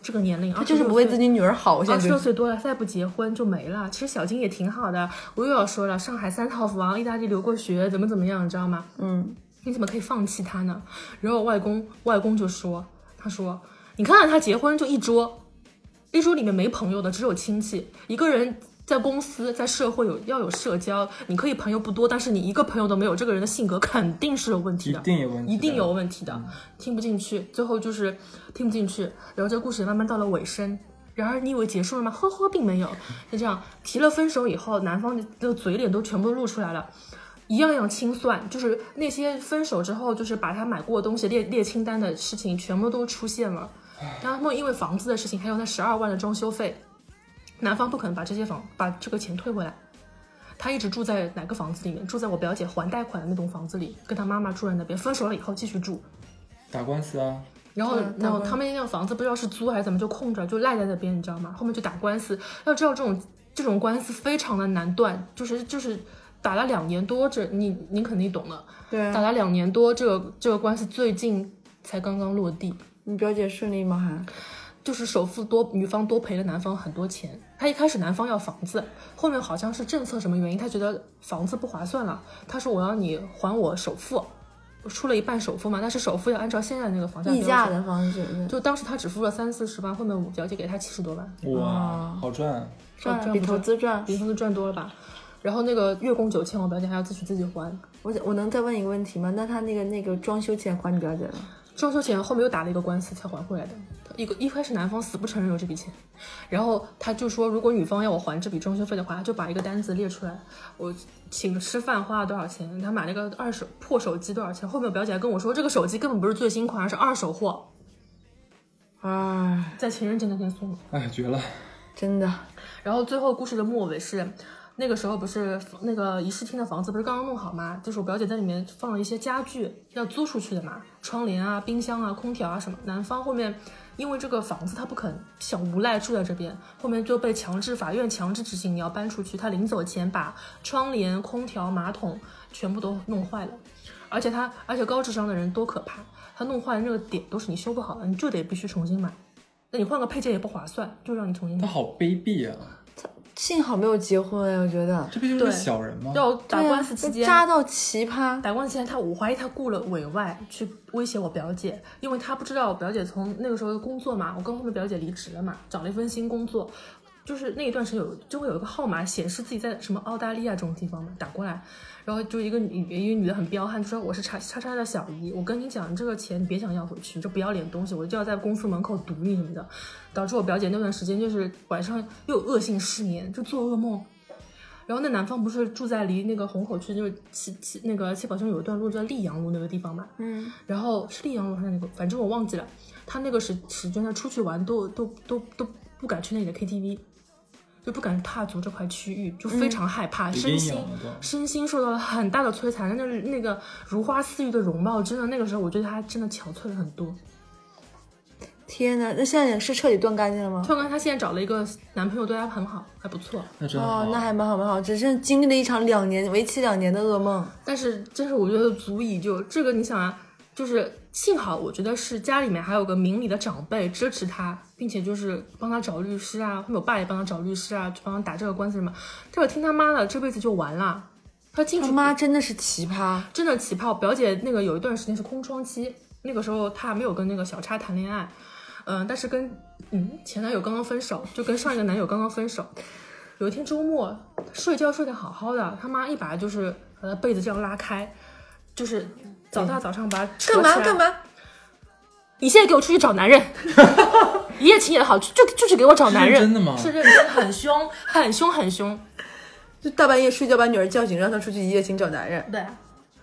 这个年龄，他就是不为自己女儿好，我现二在十觉六得。岁多了，再不结婚就没了。其实小金也挺好的，我又要说了，上海三套房，意大利留过学，怎么怎么样，你知道吗？嗯，你怎么可以放弃他呢？然后我外公外公就说，他说，你看看他结婚就一桌，一桌里面没朋友的，只有亲戚，一个人。在公司，在社会有要有社交，你可以朋友不多，但是你一个朋友都没有，这个人的性格肯定是有问题一的。定有问题，嗯一定有。问题的，听不进去，最后就是听不进去，然后这个故事也慢慢到了尾声。然而你以为结束了吗？呵呵，并没有。就这样提了分手以后，男方的那个嘴脸都全部都露出来了，一样样清算，就是那些分手之后就是把他买过的东西列列清单的事情全部都出现了。然后他们因为房子的事情，还有那十二万的装修费，男方不肯把这些房把这个钱退回来，他一直住在哪个房子里面？住在我表姐还贷款的那栋房子里，跟他妈妈住在那边。分手了以后继续住，打官司啊，然后对嗯打然后官司他们那个房子不知道是租还是怎么就空着，就赖在那边，你知道吗？后面就打官司。要知道这种这种官司非常的难断，就是就是打了两年多，这你你肯定懂的。对啊打了两年多，这个这个官司最近才刚刚落地，你表姐顺利吗？还就是首付多，女方多赔了男方很多钱。他一开始男方要房子，后面好像是政策什么原因，他觉得房子不划算了，他说我要你还我首付，我出了一半首付嘛，但是首付要按照现在那个房价溢标价准的方式，对就当时他只付了三四十万，后面我表姐给他七十多万，哦哇，好赚，哦赚赚了不比投赚资赚。比投资赚多了吧？然后那个月供九千，我表姐还要自己自己还。我想我能再问一个问题吗？那他那个那个装修钱还你表姐了？装修钱后面又打了一个官司才还回来的。一个一开始男方死不承认有这笔钱，然后他就说，如果女方要我还这笔装修费的话，他就把一个单子列出来，我请吃饭花了多少钱，他买了个二手破手机多少钱。后面我表姐还跟我说，这个手机根本不是最新款，而是二手货，唉，在情人节那天送的。哎，绝了，真的，然后最后故事的末尾是，那个时候不是那个仪式厅的房子不是刚刚弄好吗？就是我表姐在里面放了一些家具要租出去的嘛，窗帘啊、冰箱啊、空调啊什么。男方后面因为这个房子他不肯，小无赖住在这边，后面就被强制法院强制执行你要搬出去。他临走前把窗帘、空调、马桶全部都弄坏了。而且他，而且高智商的人多可怕！他弄坏的那个点都是你修不好的，你就得必须重新买。那你换个配件也不划算，就让你重新买他。好卑鄙啊！幸好没有结婚哎，我觉得。这不就是个小人吗？要打官司期对啊被间，扎到奇葩，打官司期间，他我怀疑他雇了委外去威胁我表姐，因为他不知道我表姐从那个时候的工作嘛，我跟后面表姐离职了嘛，找了一份新工作，就是那一段时间有就会有一个号码显示自己在什么澳大利亚这种地方嘛打过来，然后就一个女一个女的很彪悍，就说我是叉叉叉的小姨，我跟你讲，你这个钱你别想要回去，你这不要脸东西，我就要在公司门口堵你什么的，导致我表姐那段时间就是晚上又有恶性失眠，就做噩梦。然后那男方不是住在离那个虹口区就是七七那个七宝巷有一段路叫溧阳路那个地方嘛，嗯，然后是溧阳路还是那个，反正我忘记了。他那个时时间他出去玩都都都都不敢去那里的 KTV，就不敢踏足这块区域，就非常害怕，有身阴影心了都身心受到了很大的摧残。那那个如花似玉的容貌，真的那个时候我觉得他真的憔悴了很多。天呐，那现在是彻底断干净了吗？突然他现在找了一个男朋友，对他很好，还不错。那真好哦，那还蛮好蛮好，只是经历了一场两年为期两年的噩梦。但是，真是我觉得足以就这个，你想啊，就是幸好我觉得是家里面还有个明理的长辈支持他，并且就是帮他找律师啊，后面我爸也帮他找律师啊，就帮他打这个官司什么。这个听他妈的，这辈子就完了。他进他去妈真的是奇葩，真的起泡。表姐那个有一段时间是空窗期，那个时候她还没有跟那个小叉谈恋爱，嗯、但是跟嗯前男友刚刚分手，就跟上一个男友刚刚分手。有一天周末睡觉睡得好好的，他妈一把就是把她被子这样拉开，就是早大早上把她扯干嘛起来干？嘛？你现在给我出去找男人， <laughs> 一夜情也好，就就就是给我找男人，是认真的吗是认真，很凶，很凶，很凶。就大半夜睡觉把女儿叫醒，让她出去一夜情找男人， <laughs> 对，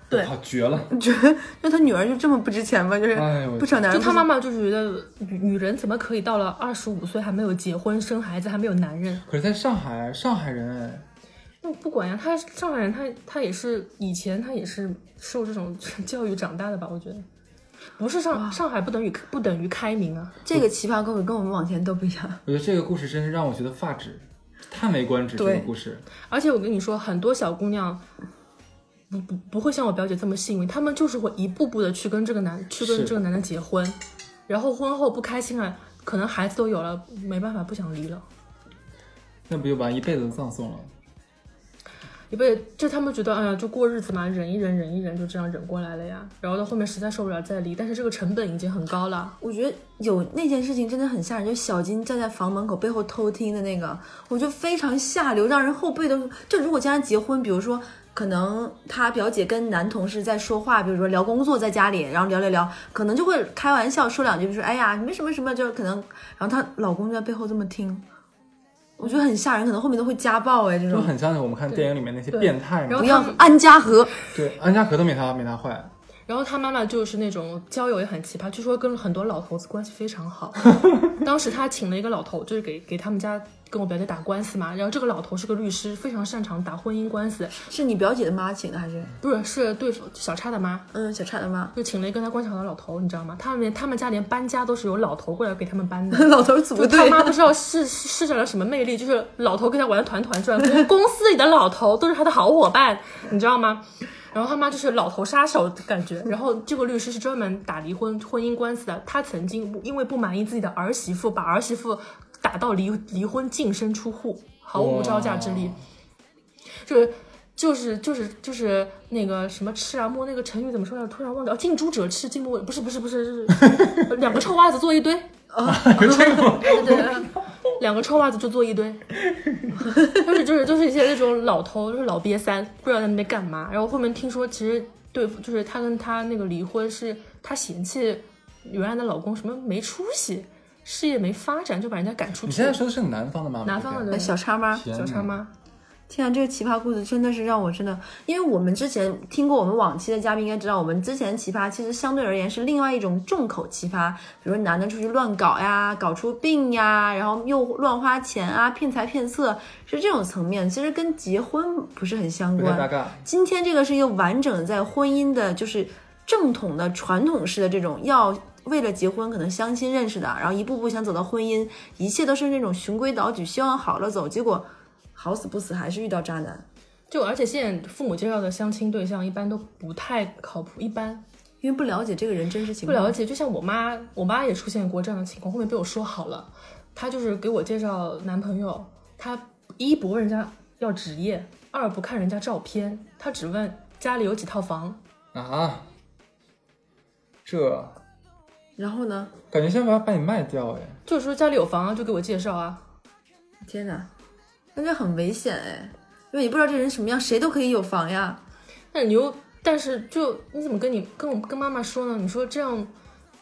对好绝了，你觉得那他女儿就这么不值钱吗？就是哎呦不找男人，就他妈妈就是觉得女女人怎么可以到了二十五岁还没有结婚生孩子还没有男人？可是在上海，上海人哎，那不管呀，他上海人他他也是以前他也是受这种 <laughs> 教育长大的吧？我觉得不是上上海不等于不等于开明啊，这个奇葩故事跟我们往前都不一样。我觉得这个故事真是让我觉得发指，叹为观止。这对个故事，而且我跟你说，很多小姑娘。不不不会像我表姐这么幸运，她们就是会一步步的去跟这个男去跟是这个男的结婚，然后婚后不开心了，可能孩子都有了，没办法不想离了。那不就把一辈子葬送了？嗯一辈就他们觉得，哎呀，就过日子嘛，忍一忍，忍一忍，就这样忍过来了呀。然后到后面实在受不了再离，但是这个成本已经很高了。我觉得有那件事情真的很吓人，就小金站在房门口背后偷听的那个，我觉得非常下流，让人后背都。就如果将来结婚，比如说可能他表姐跟男同事在说话，比如说聊工作在家里，然后聊聊聊，可能就会开玩笑说两句，比如说哎呀你们什么什么，就是可能，然后她老公就在背后这么听，我觉得很吓人，可能后面都会家暴哎这就种。很像我们看电影里面那些变态然嘛后。不要安家和， <laughs> 对，安家和都没他没他坏，然后他妈妈就是那种交友也很奇葩，据说跟很多老头子关系非常好。当时他请了一个老头，就是给给他们家跟我表姐打官司嘛。然后这个老头是个律师，非常擅长打婚姻官司，是你表姐的妈请的还是？不是是对小叉的妈，嗯，小叉的妈， <laughs> 就请了一个跟他关系好的老头，你知道吗？他们连他们家连搬家都是由老头过来给他们搬的。老头组就队他， <laughs> 妈不知道施施展了什么魅力，就是老头跟他玩的团团转，公 <laughs> 司里的老头都是他的好伙伴，你知道吗？然后他妈就是老头杀手的感觉。然后这个律师是专门打离婚婚姻官司的，他曾经不因为不满意自己的儿媳妇，把儿媳妇打到离离婚净身出户，毫无招架之力哇。就是就是就是就是那个什么吃啊摸那个成语怎么说来着？突然忘掉，近朱者赤，近墨不是不是不是，是 <laughs> 两个臭袜子坐一堆，有这个吗？对对，对，两个臭袜子就坐一堆， <laughs> 就是就是就是一些那种老头，就是老瘪三，不知道在那边干嘛。然后后面听说，其实对，就是她跟她那个离婚是她嫌弃原来的老公什么没出息，事业没发展，就把人家赶出你去现。在说的是南方的妈妈，南方的哎人，小叉妈，天小哪叉妈，天啊，这个奇葩故事真的是让我真的，因为我们之前听过我们往期的嘉宾应该知道，我们之前奇葩其实相对而言是另外一种重口奇葩，比如说男的出去乱搞呀，搞出病呀，然后又乱花钱啊，骗财骗色，是这种层面，其实跟结婚不是很相不太关。搭嘎。今天这个是一个完整在婚姻的，就是正统的传统式的这种要。为了结婚，可能相亲认识的，然后一步步想走到婚姻，一切都是那种循规蹈矩，希望好了走，结果好死不死还是遇到渣男，就而且现在父母介绍的相亲对象一般都不太靠谱，一般因为不了解这个人真实情不况。了解，就像我妈，我妈也出现过这样的情况，后面被我说好了，她就是给我介绍男朋友，她一不问人家要职业，二不看人家照片，她只问家里有几套房，啊，这然后呢？感觉像把把你卖掉哎，就是说家里有房啊，就给我介绍啊，天哪，那这很危险哎，因为你不知道这人什么样，谁都可以有房呀。那你又但是就你怎么跟你跟我跟妈妈说呢？你说这样，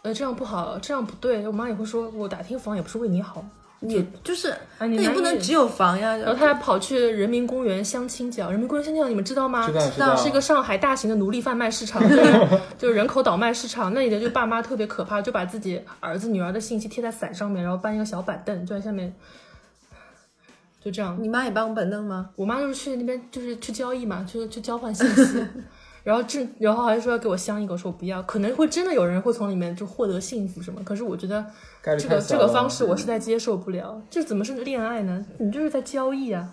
呃，这样不好，这样不对，我妈也会说我打听房也不是为你好，也就是，啊，那你也不能难以只有房呀。然后他还跑去人民公园相亲角，人民公园相亲角你们知道吗？知道知知道道是一个上海大型的奴隶贩卖 <laughs> 市场，就是就是人口倒卖市场。那里的就爸妈特别可怕，就把自己儿子女儿的信息贴在伞上面，然后搬一个小板凳就在下面，就这样。你妈也搬过板凳吗？我妈就是去那边就是去交易嘛，就是去交换信 <laughs> 息。然后这，然后还说要给我相一个，我说我不要，可能会真的有人会从里面就获得幸福什么。可是我觉得概率这太个小这了。个方式我实在接受不了，这怎么是恋爱呢？你就是在交易啊！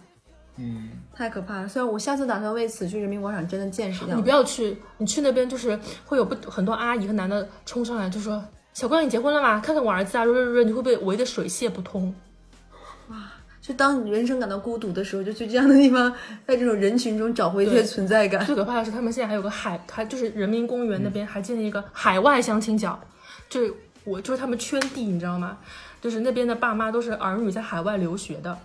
嗯，太可怕了。虽然我下次打算为此去人民广场真的见 <laughs> 识一下你。不要去，你去那边就是会有不很多阿姨和男的冲上来就说：“小姑娘，你结婚了吗？看看我儿子啊！”说说说，你会被围得水泄不通。就当人生感到孤独的时候，就去这样的地方，在这种人群中找回一些对存在感。最可怕的是，他们现在还有个海，还就是人民公园那边还建立一个海外相亲角，就是我就是他们圈地，你知道吗？就是那边的爸妈都是儿女在海外留学的，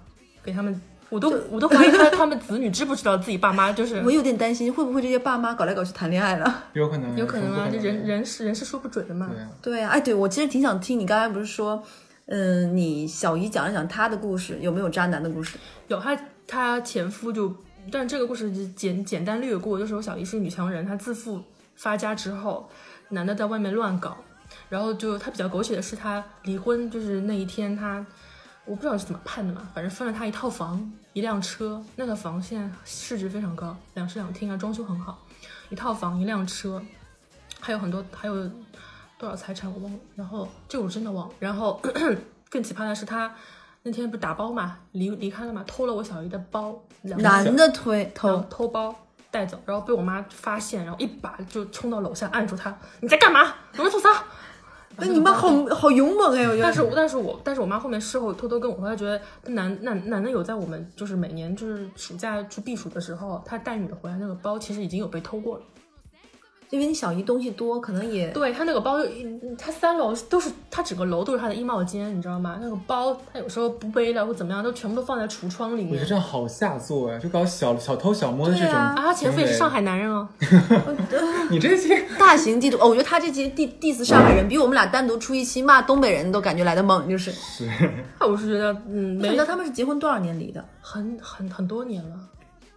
给他们，我都我都怀疑他他们子女知不知道自己爸妈就是我有点担心，会不会这些爸妈搞来搞去谈恋爱了？有可能，有可能啊，这这人人是人是说不准的嘛。对啊， <laughs> 对呀、哎，对我其实挺想听你刚才不是说，嗯，你小姨讲一讲她的故事，有没有渣男的故事？有她她前夫就，但这个故事就简简单略过，就是我小姨是女强人，她自负发家之后，男的在外面乱搞，然后就她比较狗血的是，她离婚就是那一天她，我不知道是怎么判的嘛，反正分了她一套房、一辆车，那个房现在市值非常高，两室两厅啊，装修很好，一套房、一辆车，还有很多还有多少财产我忘了，然后这我真的忘了，然后 <clears throat> 更奇葩的是她。那天不打包嘛，离离开了嘛，偷了我小姨的包，两个男的推然后偷，偷包带走，然后被我妈发现，然后一把就冲到楼下按住她，你在干嘛？你在做啥？那哎你妈好好勇猛哎，我觉但得。是我但是我但是我妈后面事后偷偷跟我说，她觉得男男男的有在我们就是每年就是暑假去避暑的时候，她带女的回来那个包其实已经有被偷过了。 <laughs> 因为你小姨东西多，可能也对他那个包，嗯他三楼都是他整个楼都是他的衣帽间，你知道吗？那个包他有时候不背了或怎么样，都全部都放在橱窗里我觉得面。这样好下作哎呀，就搞小小偷小摸的这对种啊啊，他前夫也是上海男人哦，行为。 <laughs> 你这些大型地图。哦，我觉得他这期 diss diss 上海人，比我们俩单独出一期骂东北人都感觉来的猛，就是。我是觉得嗯，你没知道他们是结婚多少年离的？很很很多年了。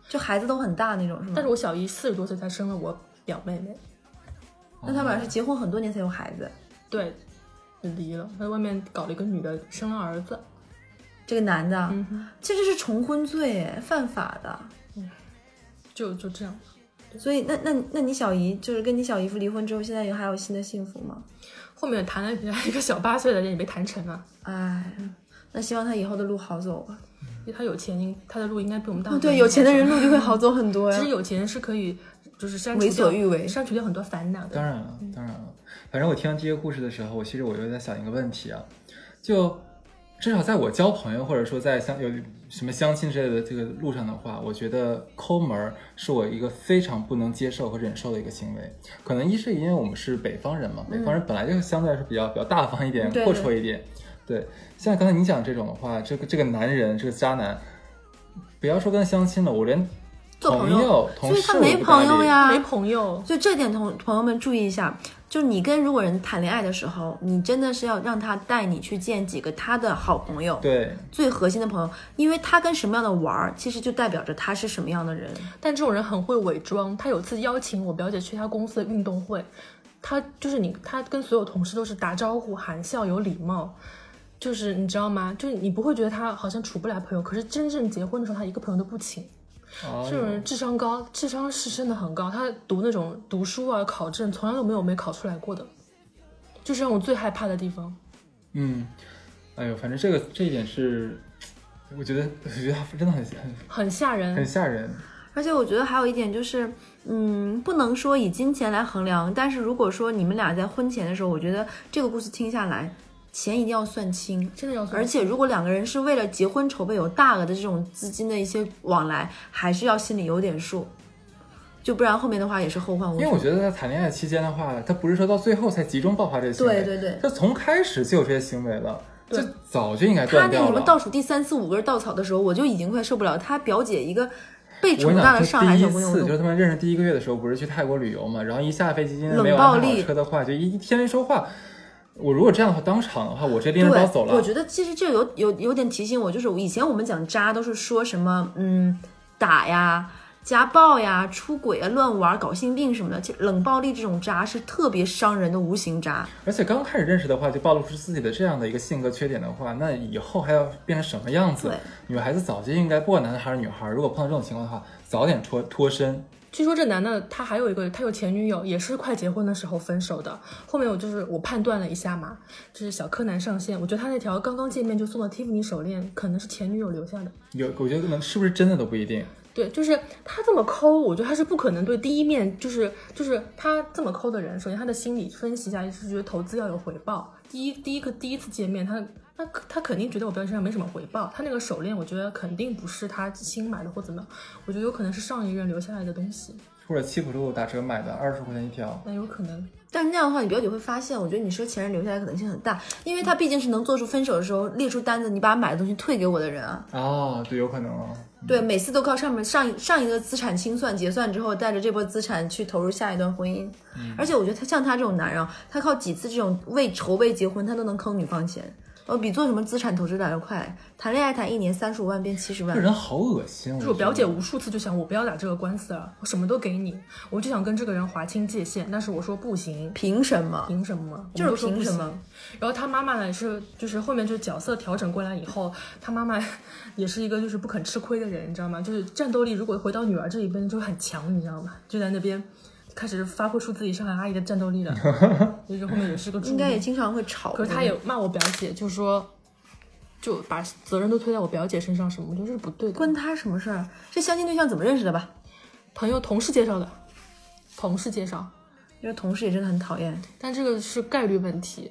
就孩子都很大那种，是吗？但是我小姨四十多岁才生了我表妹妹，那他们俩是结婚很多年才有孩子。对，就离了，他在外面搞了一个女的，生了儿子。这个男的，嗯哼，这就是重婚罪，哎犯法的。就就这样。所以，那那那你小姨就是跟你小姨夫离婚之后，现在有还有新的幸福吗？后面谈了人家一个小八岁的人也没谈成啊，哎，那希望他以后的路好走吧。因为他有钱，应他的路应该比我们大啊，很多。对，有钱的人路就会好走很多其呀实。有钱是可以，就是删除为所掉欲为删除掉很多烦恼当的。然了，嗯当然了。反正我听到这些故事的时候，我其实我又在想一个问题啊，就至少在我交朋友或者说在相有什么相亲之类的这个路上的话，我觉得抠门儿是我一个非常不能接受和忍受的一个行为。可能一是因为我们是北方人嘛，北方人本来就相对来说比较比较大方一点，嗯对阔绰一点。对，像刚才你讲这种的话，这个这个男人，这个渣男，不要说跟他相亲了，我连做朋友友、同所以事他我没都不搭朋友理呀，没朋友，所以这点同朋友们注意一下，就是你跟如果人谈恋爱的时候，你真的是要让他带你去见几个他的好朋友，对，最核心的朋友，因为他跟什么样的玩儿，其实就代表着他是什么样的人。但这种人很会伪装。他有次邀请我表姐去他公司的运动会，他就是你，他跟所有同事都是打招呼、含笑、有礼貌，就是你知道吗？就是你不会觉得他好像处不来朋友，可是真正结婚的时候，他一个朋友都不请。哦这种人智商高，智商是真的很高。他读那种读书啊、考证，从来都没有没考出来过的，就是让我最害怕的地方。嗯，哎呦，反正这个这一点是，我觉得我觉得真的很很很吓很人。吓人。而且我觉得还有一点就是，嗯，不能说以金钱来衡量，但是如果说你们俩在婚前的时候，我觉得这个故事听下来，钱一定要算清。真的要而且，如果两个人是为了结婚筹备有大额的这种资金的一些往来，还是要心里有点数，就不然后面的话也是后患无因为穷。我觉得在谈恋爱期间的话，他不是说到最后才集中爆发这些行为，对对对他从开始就有这些行为了，就对早就应该他断那掉什么了。倒数第三四五根稻草的时候，我就已经快受不了。他表姐一个被我跟宠你大的讲，就上海第小一朋友，次，就是他们认识第一个月的时候，不是去泰国旅游嘛，然后一下飞机，冷没有暴安排好力车的话，就一天没说话。我如果这样的话，当场的话，我这拎着包对，走了。我觉得其实这有有有点提醒我，就是以前我们讲渣都是说什么嗯打呀、家暴呀、出轨啊、乱玩、搞性病什么的，其实冷暴力这种渣是特别伤人的无形渣。而且刚开始认识的话，就暴露出自己的这样的一个性格缺点的话，那以后还要变成什么样子对？女孩子早就应该，不管男孩还是女孩，如果碰到这种情况的话，早点脱脱身。据说这男的他还有一个，他有前女友，也是快结婚的时候分手的。后面我就是我判断了一下嘛，就是小柯南上线，我觉得他那条刚刚见面就送的 Tiffany 手链，可能是前女友留下的。有，我觉得可能是不是真的都不一定。对，就是他这么抠，我觉得他是不可能对第一面就是就是他这么抠的人，首先他的心理分析一下，是觉得投资要有回报。第一第一个第一次见面，他他他肯定觉得我表姐身上没什么回报，他那个手链我觉得肯定不是他新买的或怎么样，我觉得有可能是上一任留下来的东西，或者七浦路打折买的，二十块钱一条。那有可能。但是那样的话，你表姐会发现，我觉得你说前任留下来可能性很大，因为他毕竟是能做出分手的时候列出单子，你把买的东西退给我的人啊。哦，对，有可能哦。对，每次都靠上面上一上一个资产清算结算之后，带着这波资产去投入下一段婚姻。嗯而且我觉得他像他这种男人啊，他靠几次这种为筹备结婚，他都能坑女方钱，呃，比做什么资产投资来的快。谈恋爱谈一年三十五万变七十这个万，人好恶心。就是我我表姐觉得无数次就想，我不要打这个官司了，我什么都给你，我就想跟这个人划清界限，但是我说不行，凭什么？凭什么？就是我说凭不什行么？然后他妈妈呢也是，就是后面就是角色调整过来以后，他妈 <laughs> 妈也是一个就是不肯吃亏的人，你知道吗？就是战斗力如果回到女儿这一边就很强，你知道吗？就在那边开始发挥出自己上海阿姨的战斗力了， <laughs> 就是后面也是个助应该也力经常会吵。可是他也骂我表姐，就说就把责任都推在我表姐身上什么，我觉得这是不对的。关他什么事儿？这相亲对象怎么认识的吧？朋友同事介绍的，同事介绍，因为同事也真的很讨厌。但这个是概率问题。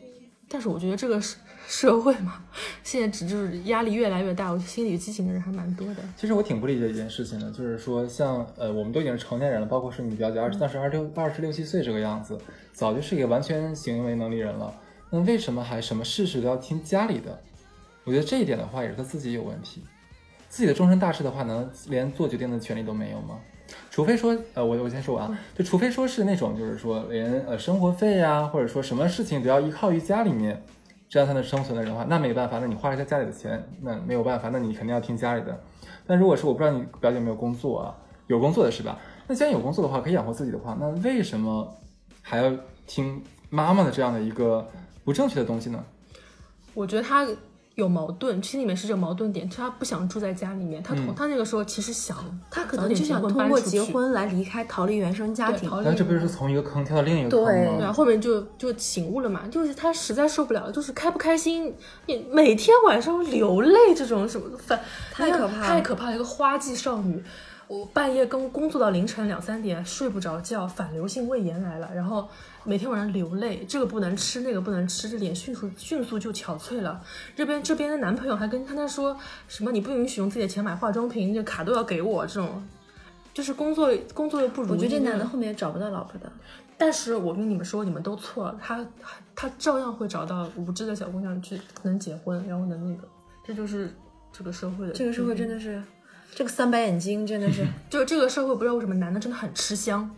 但是我觉得这个社社会嘛， <laughs> 现在只就是压力越来越大，我觉得心理畸形的人还蛮多的。其实我挺不理解一件事情的，就是说像呃，我们都已经是成年人了，包括是你表姐二十当时二六二十六七岁这个样子，早就是一个完全行为能力人了。那为什么还什么事事都要听家里的？我觉得这一点的话，也是他自己有问题。自己的终身大事的话，能连做决定的权利都没有吗？除非说，呃，我我先说啊，就除非说是那种，就是说连呃生活费呀、或者说什么事情都要依靠于家里面，这样才能生存的人的话，那没办法，那你花了一下家里的钱，那没有办法，那你肯定要听家里的。但如果是我不知道你表姐有没有工作啊，有工作的是吧？那既然有工作的话，可以养活自己的话，那为什么还要听妈妈的这样的一个不正确的东西呢？我觉得他有矛盾，心里面是有矛盾点，他不想住在家里面，他同、嗯他那个时候其实想，他可早能点就结想婚通搬过出结去婚来离开，逃离原生家对庭。逃离那这不是从一个坑跳到另一个对坑对啊，吗？后面就就醒悟了嘛，就是他实在受不了，就是开不开心，你每天晚上流泪这种什么，反太可怕了太可怕了！一个花季少女，我半夜跟工作到凌晨两三点，睡不着觉，反流性胃炎来了，然后每天晚上流泪，这个不能吃，那个不能吃，这脸迅速迅速就憔悴了。这边这边的男朋友还跟跟她说什么你不允许用自己的钱买化妆品，这卡都要给我这种。就是工作工作又不如意，我觉得这男的后面也找不到老婆的。但是我跟你们说，你们都错了，他他照样会找到无知的小姑娘去能结婚，然后能那个，这就是这个社会的这个社会真的是，这个三白眼睛真 <laughs> 的是就这个社会不知道为什么男的真的很吃香，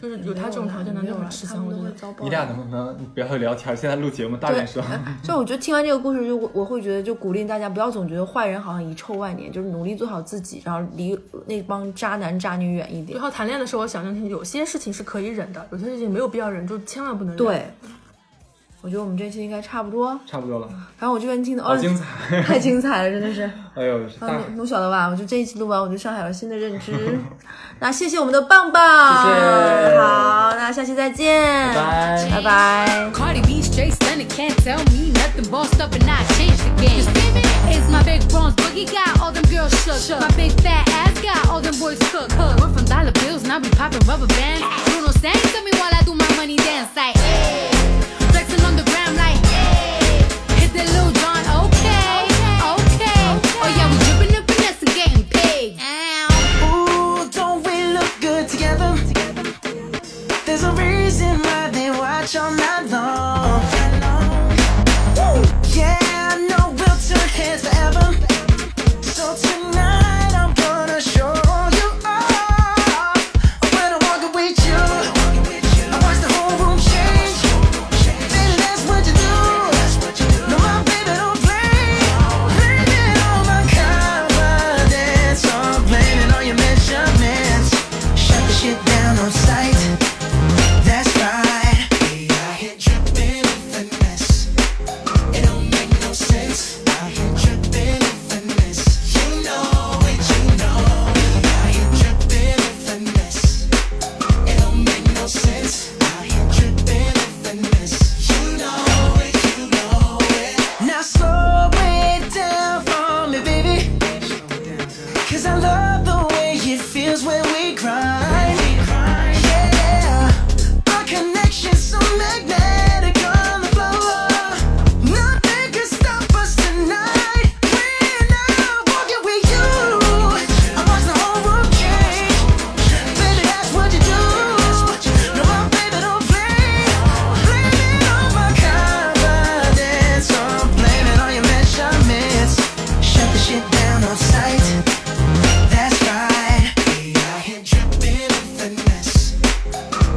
就是有他这种条件的男嗯没的有就了很吃他香，们我都觉会得。遭报你应。俩能不能不要聊天？现在录节目，大点声。 <laughs> 就我觉得听完这个故事，就我我会觉得，就鼓励大家不要总觉得坏人好像遗臭万年，就是努力做好自己，然后离那帮渣男渣女远一点然。后谈恋爱的时候，我想象清楚，有些事情是可以忍的，有些事情没有必要忍，就千万不能忍。，对，我觉得我们这期应该差不多。差不多了，反正我这边听的，好哦，精彩！ <laughs> <laughs> 太精彩了，真的是。哎呦，是啊大，侬晓得吧？我就这一期录完，我对上海有了新的 <laughs> 认知。那谢谢我们的棒棒，谢谢好，那下期再见，拜拜拜 Cardi B straight stunning, can't tell me nothing. Bossed up and I changed the game. It's my big bronze boogie got all them girls shook. My big fat ass got all them boys cook. We're from dollar bills and I be popping rubber bands. Bruno sang to me while I do my money dance like. Hey. Flexing on the gram like. Hey. Hit that little John, okay, okay. Oh yeah, we dripping and finessing, getting paid. Ow. Ooh, don't we look good together? There's a reason why they watch all night long. Woo! Yeah, I know we'll turn heads forever. So tonight I'm gonna show you off. When I walk with you, I watch the whole room change. Baby, that's what you do. No, my baby don't play. Blame it on my confidence. I'm blaming all your measurements. Shut the shit down on sight. That's right. We out here dripping in finesse. It don't make no sense. Out here dripping in finesse. You know it, you know. We out here dripping in finesse. It don't make no sense. Out here dripping in finesse. You know it, you know it. Now slow it down for me, baby. Cause I love the way it feels when we grind. Yeah, our connection's so magnetic on the floor. Nothing can stop us tonight. When I'm walking with you, I watch the whole world change. Baby, that's what you do. No, my baby don't play. Blame it on my confidence. I'm blaming all your measurements. Shut the shit down on sight. That's right. We out here dripping in finesse.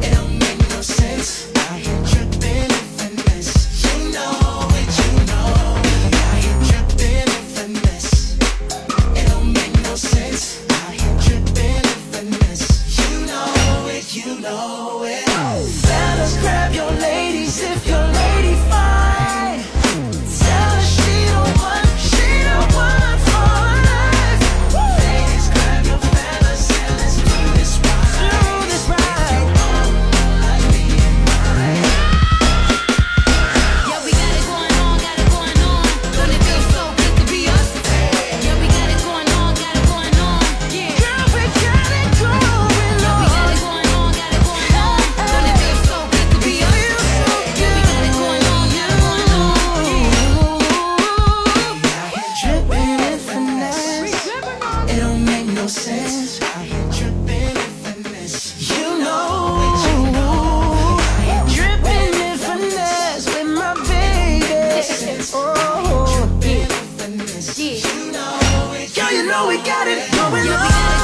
It don't make no sense. Out here dripping in finesse. You know it, you know. We out here dripping in finesse. It don't make no sense. Out here dripping in finesse. You know it, you know it. Fellas, grab your ladies if your lady fine. Tell her she the one, she the one for life. Ladies, grab your fellas and let's do this right. Do this right. Yeah, we got it going on, got it going on. Don't it feel so good to be us? Yeah, we got it going on, got it going on. Yeah. Girl, we got it going We got on. it going on, got it going on. Don't it feel so good to be It us? feels so Yeah, we got it going on, got it going on. good. Out here dripping in finesse. It don't make no sense. Out here dripping in finesse. You know. Dripping in finesse with my baby. Oh. Yeah. Girl, you know we got it going Yeah, we on. got it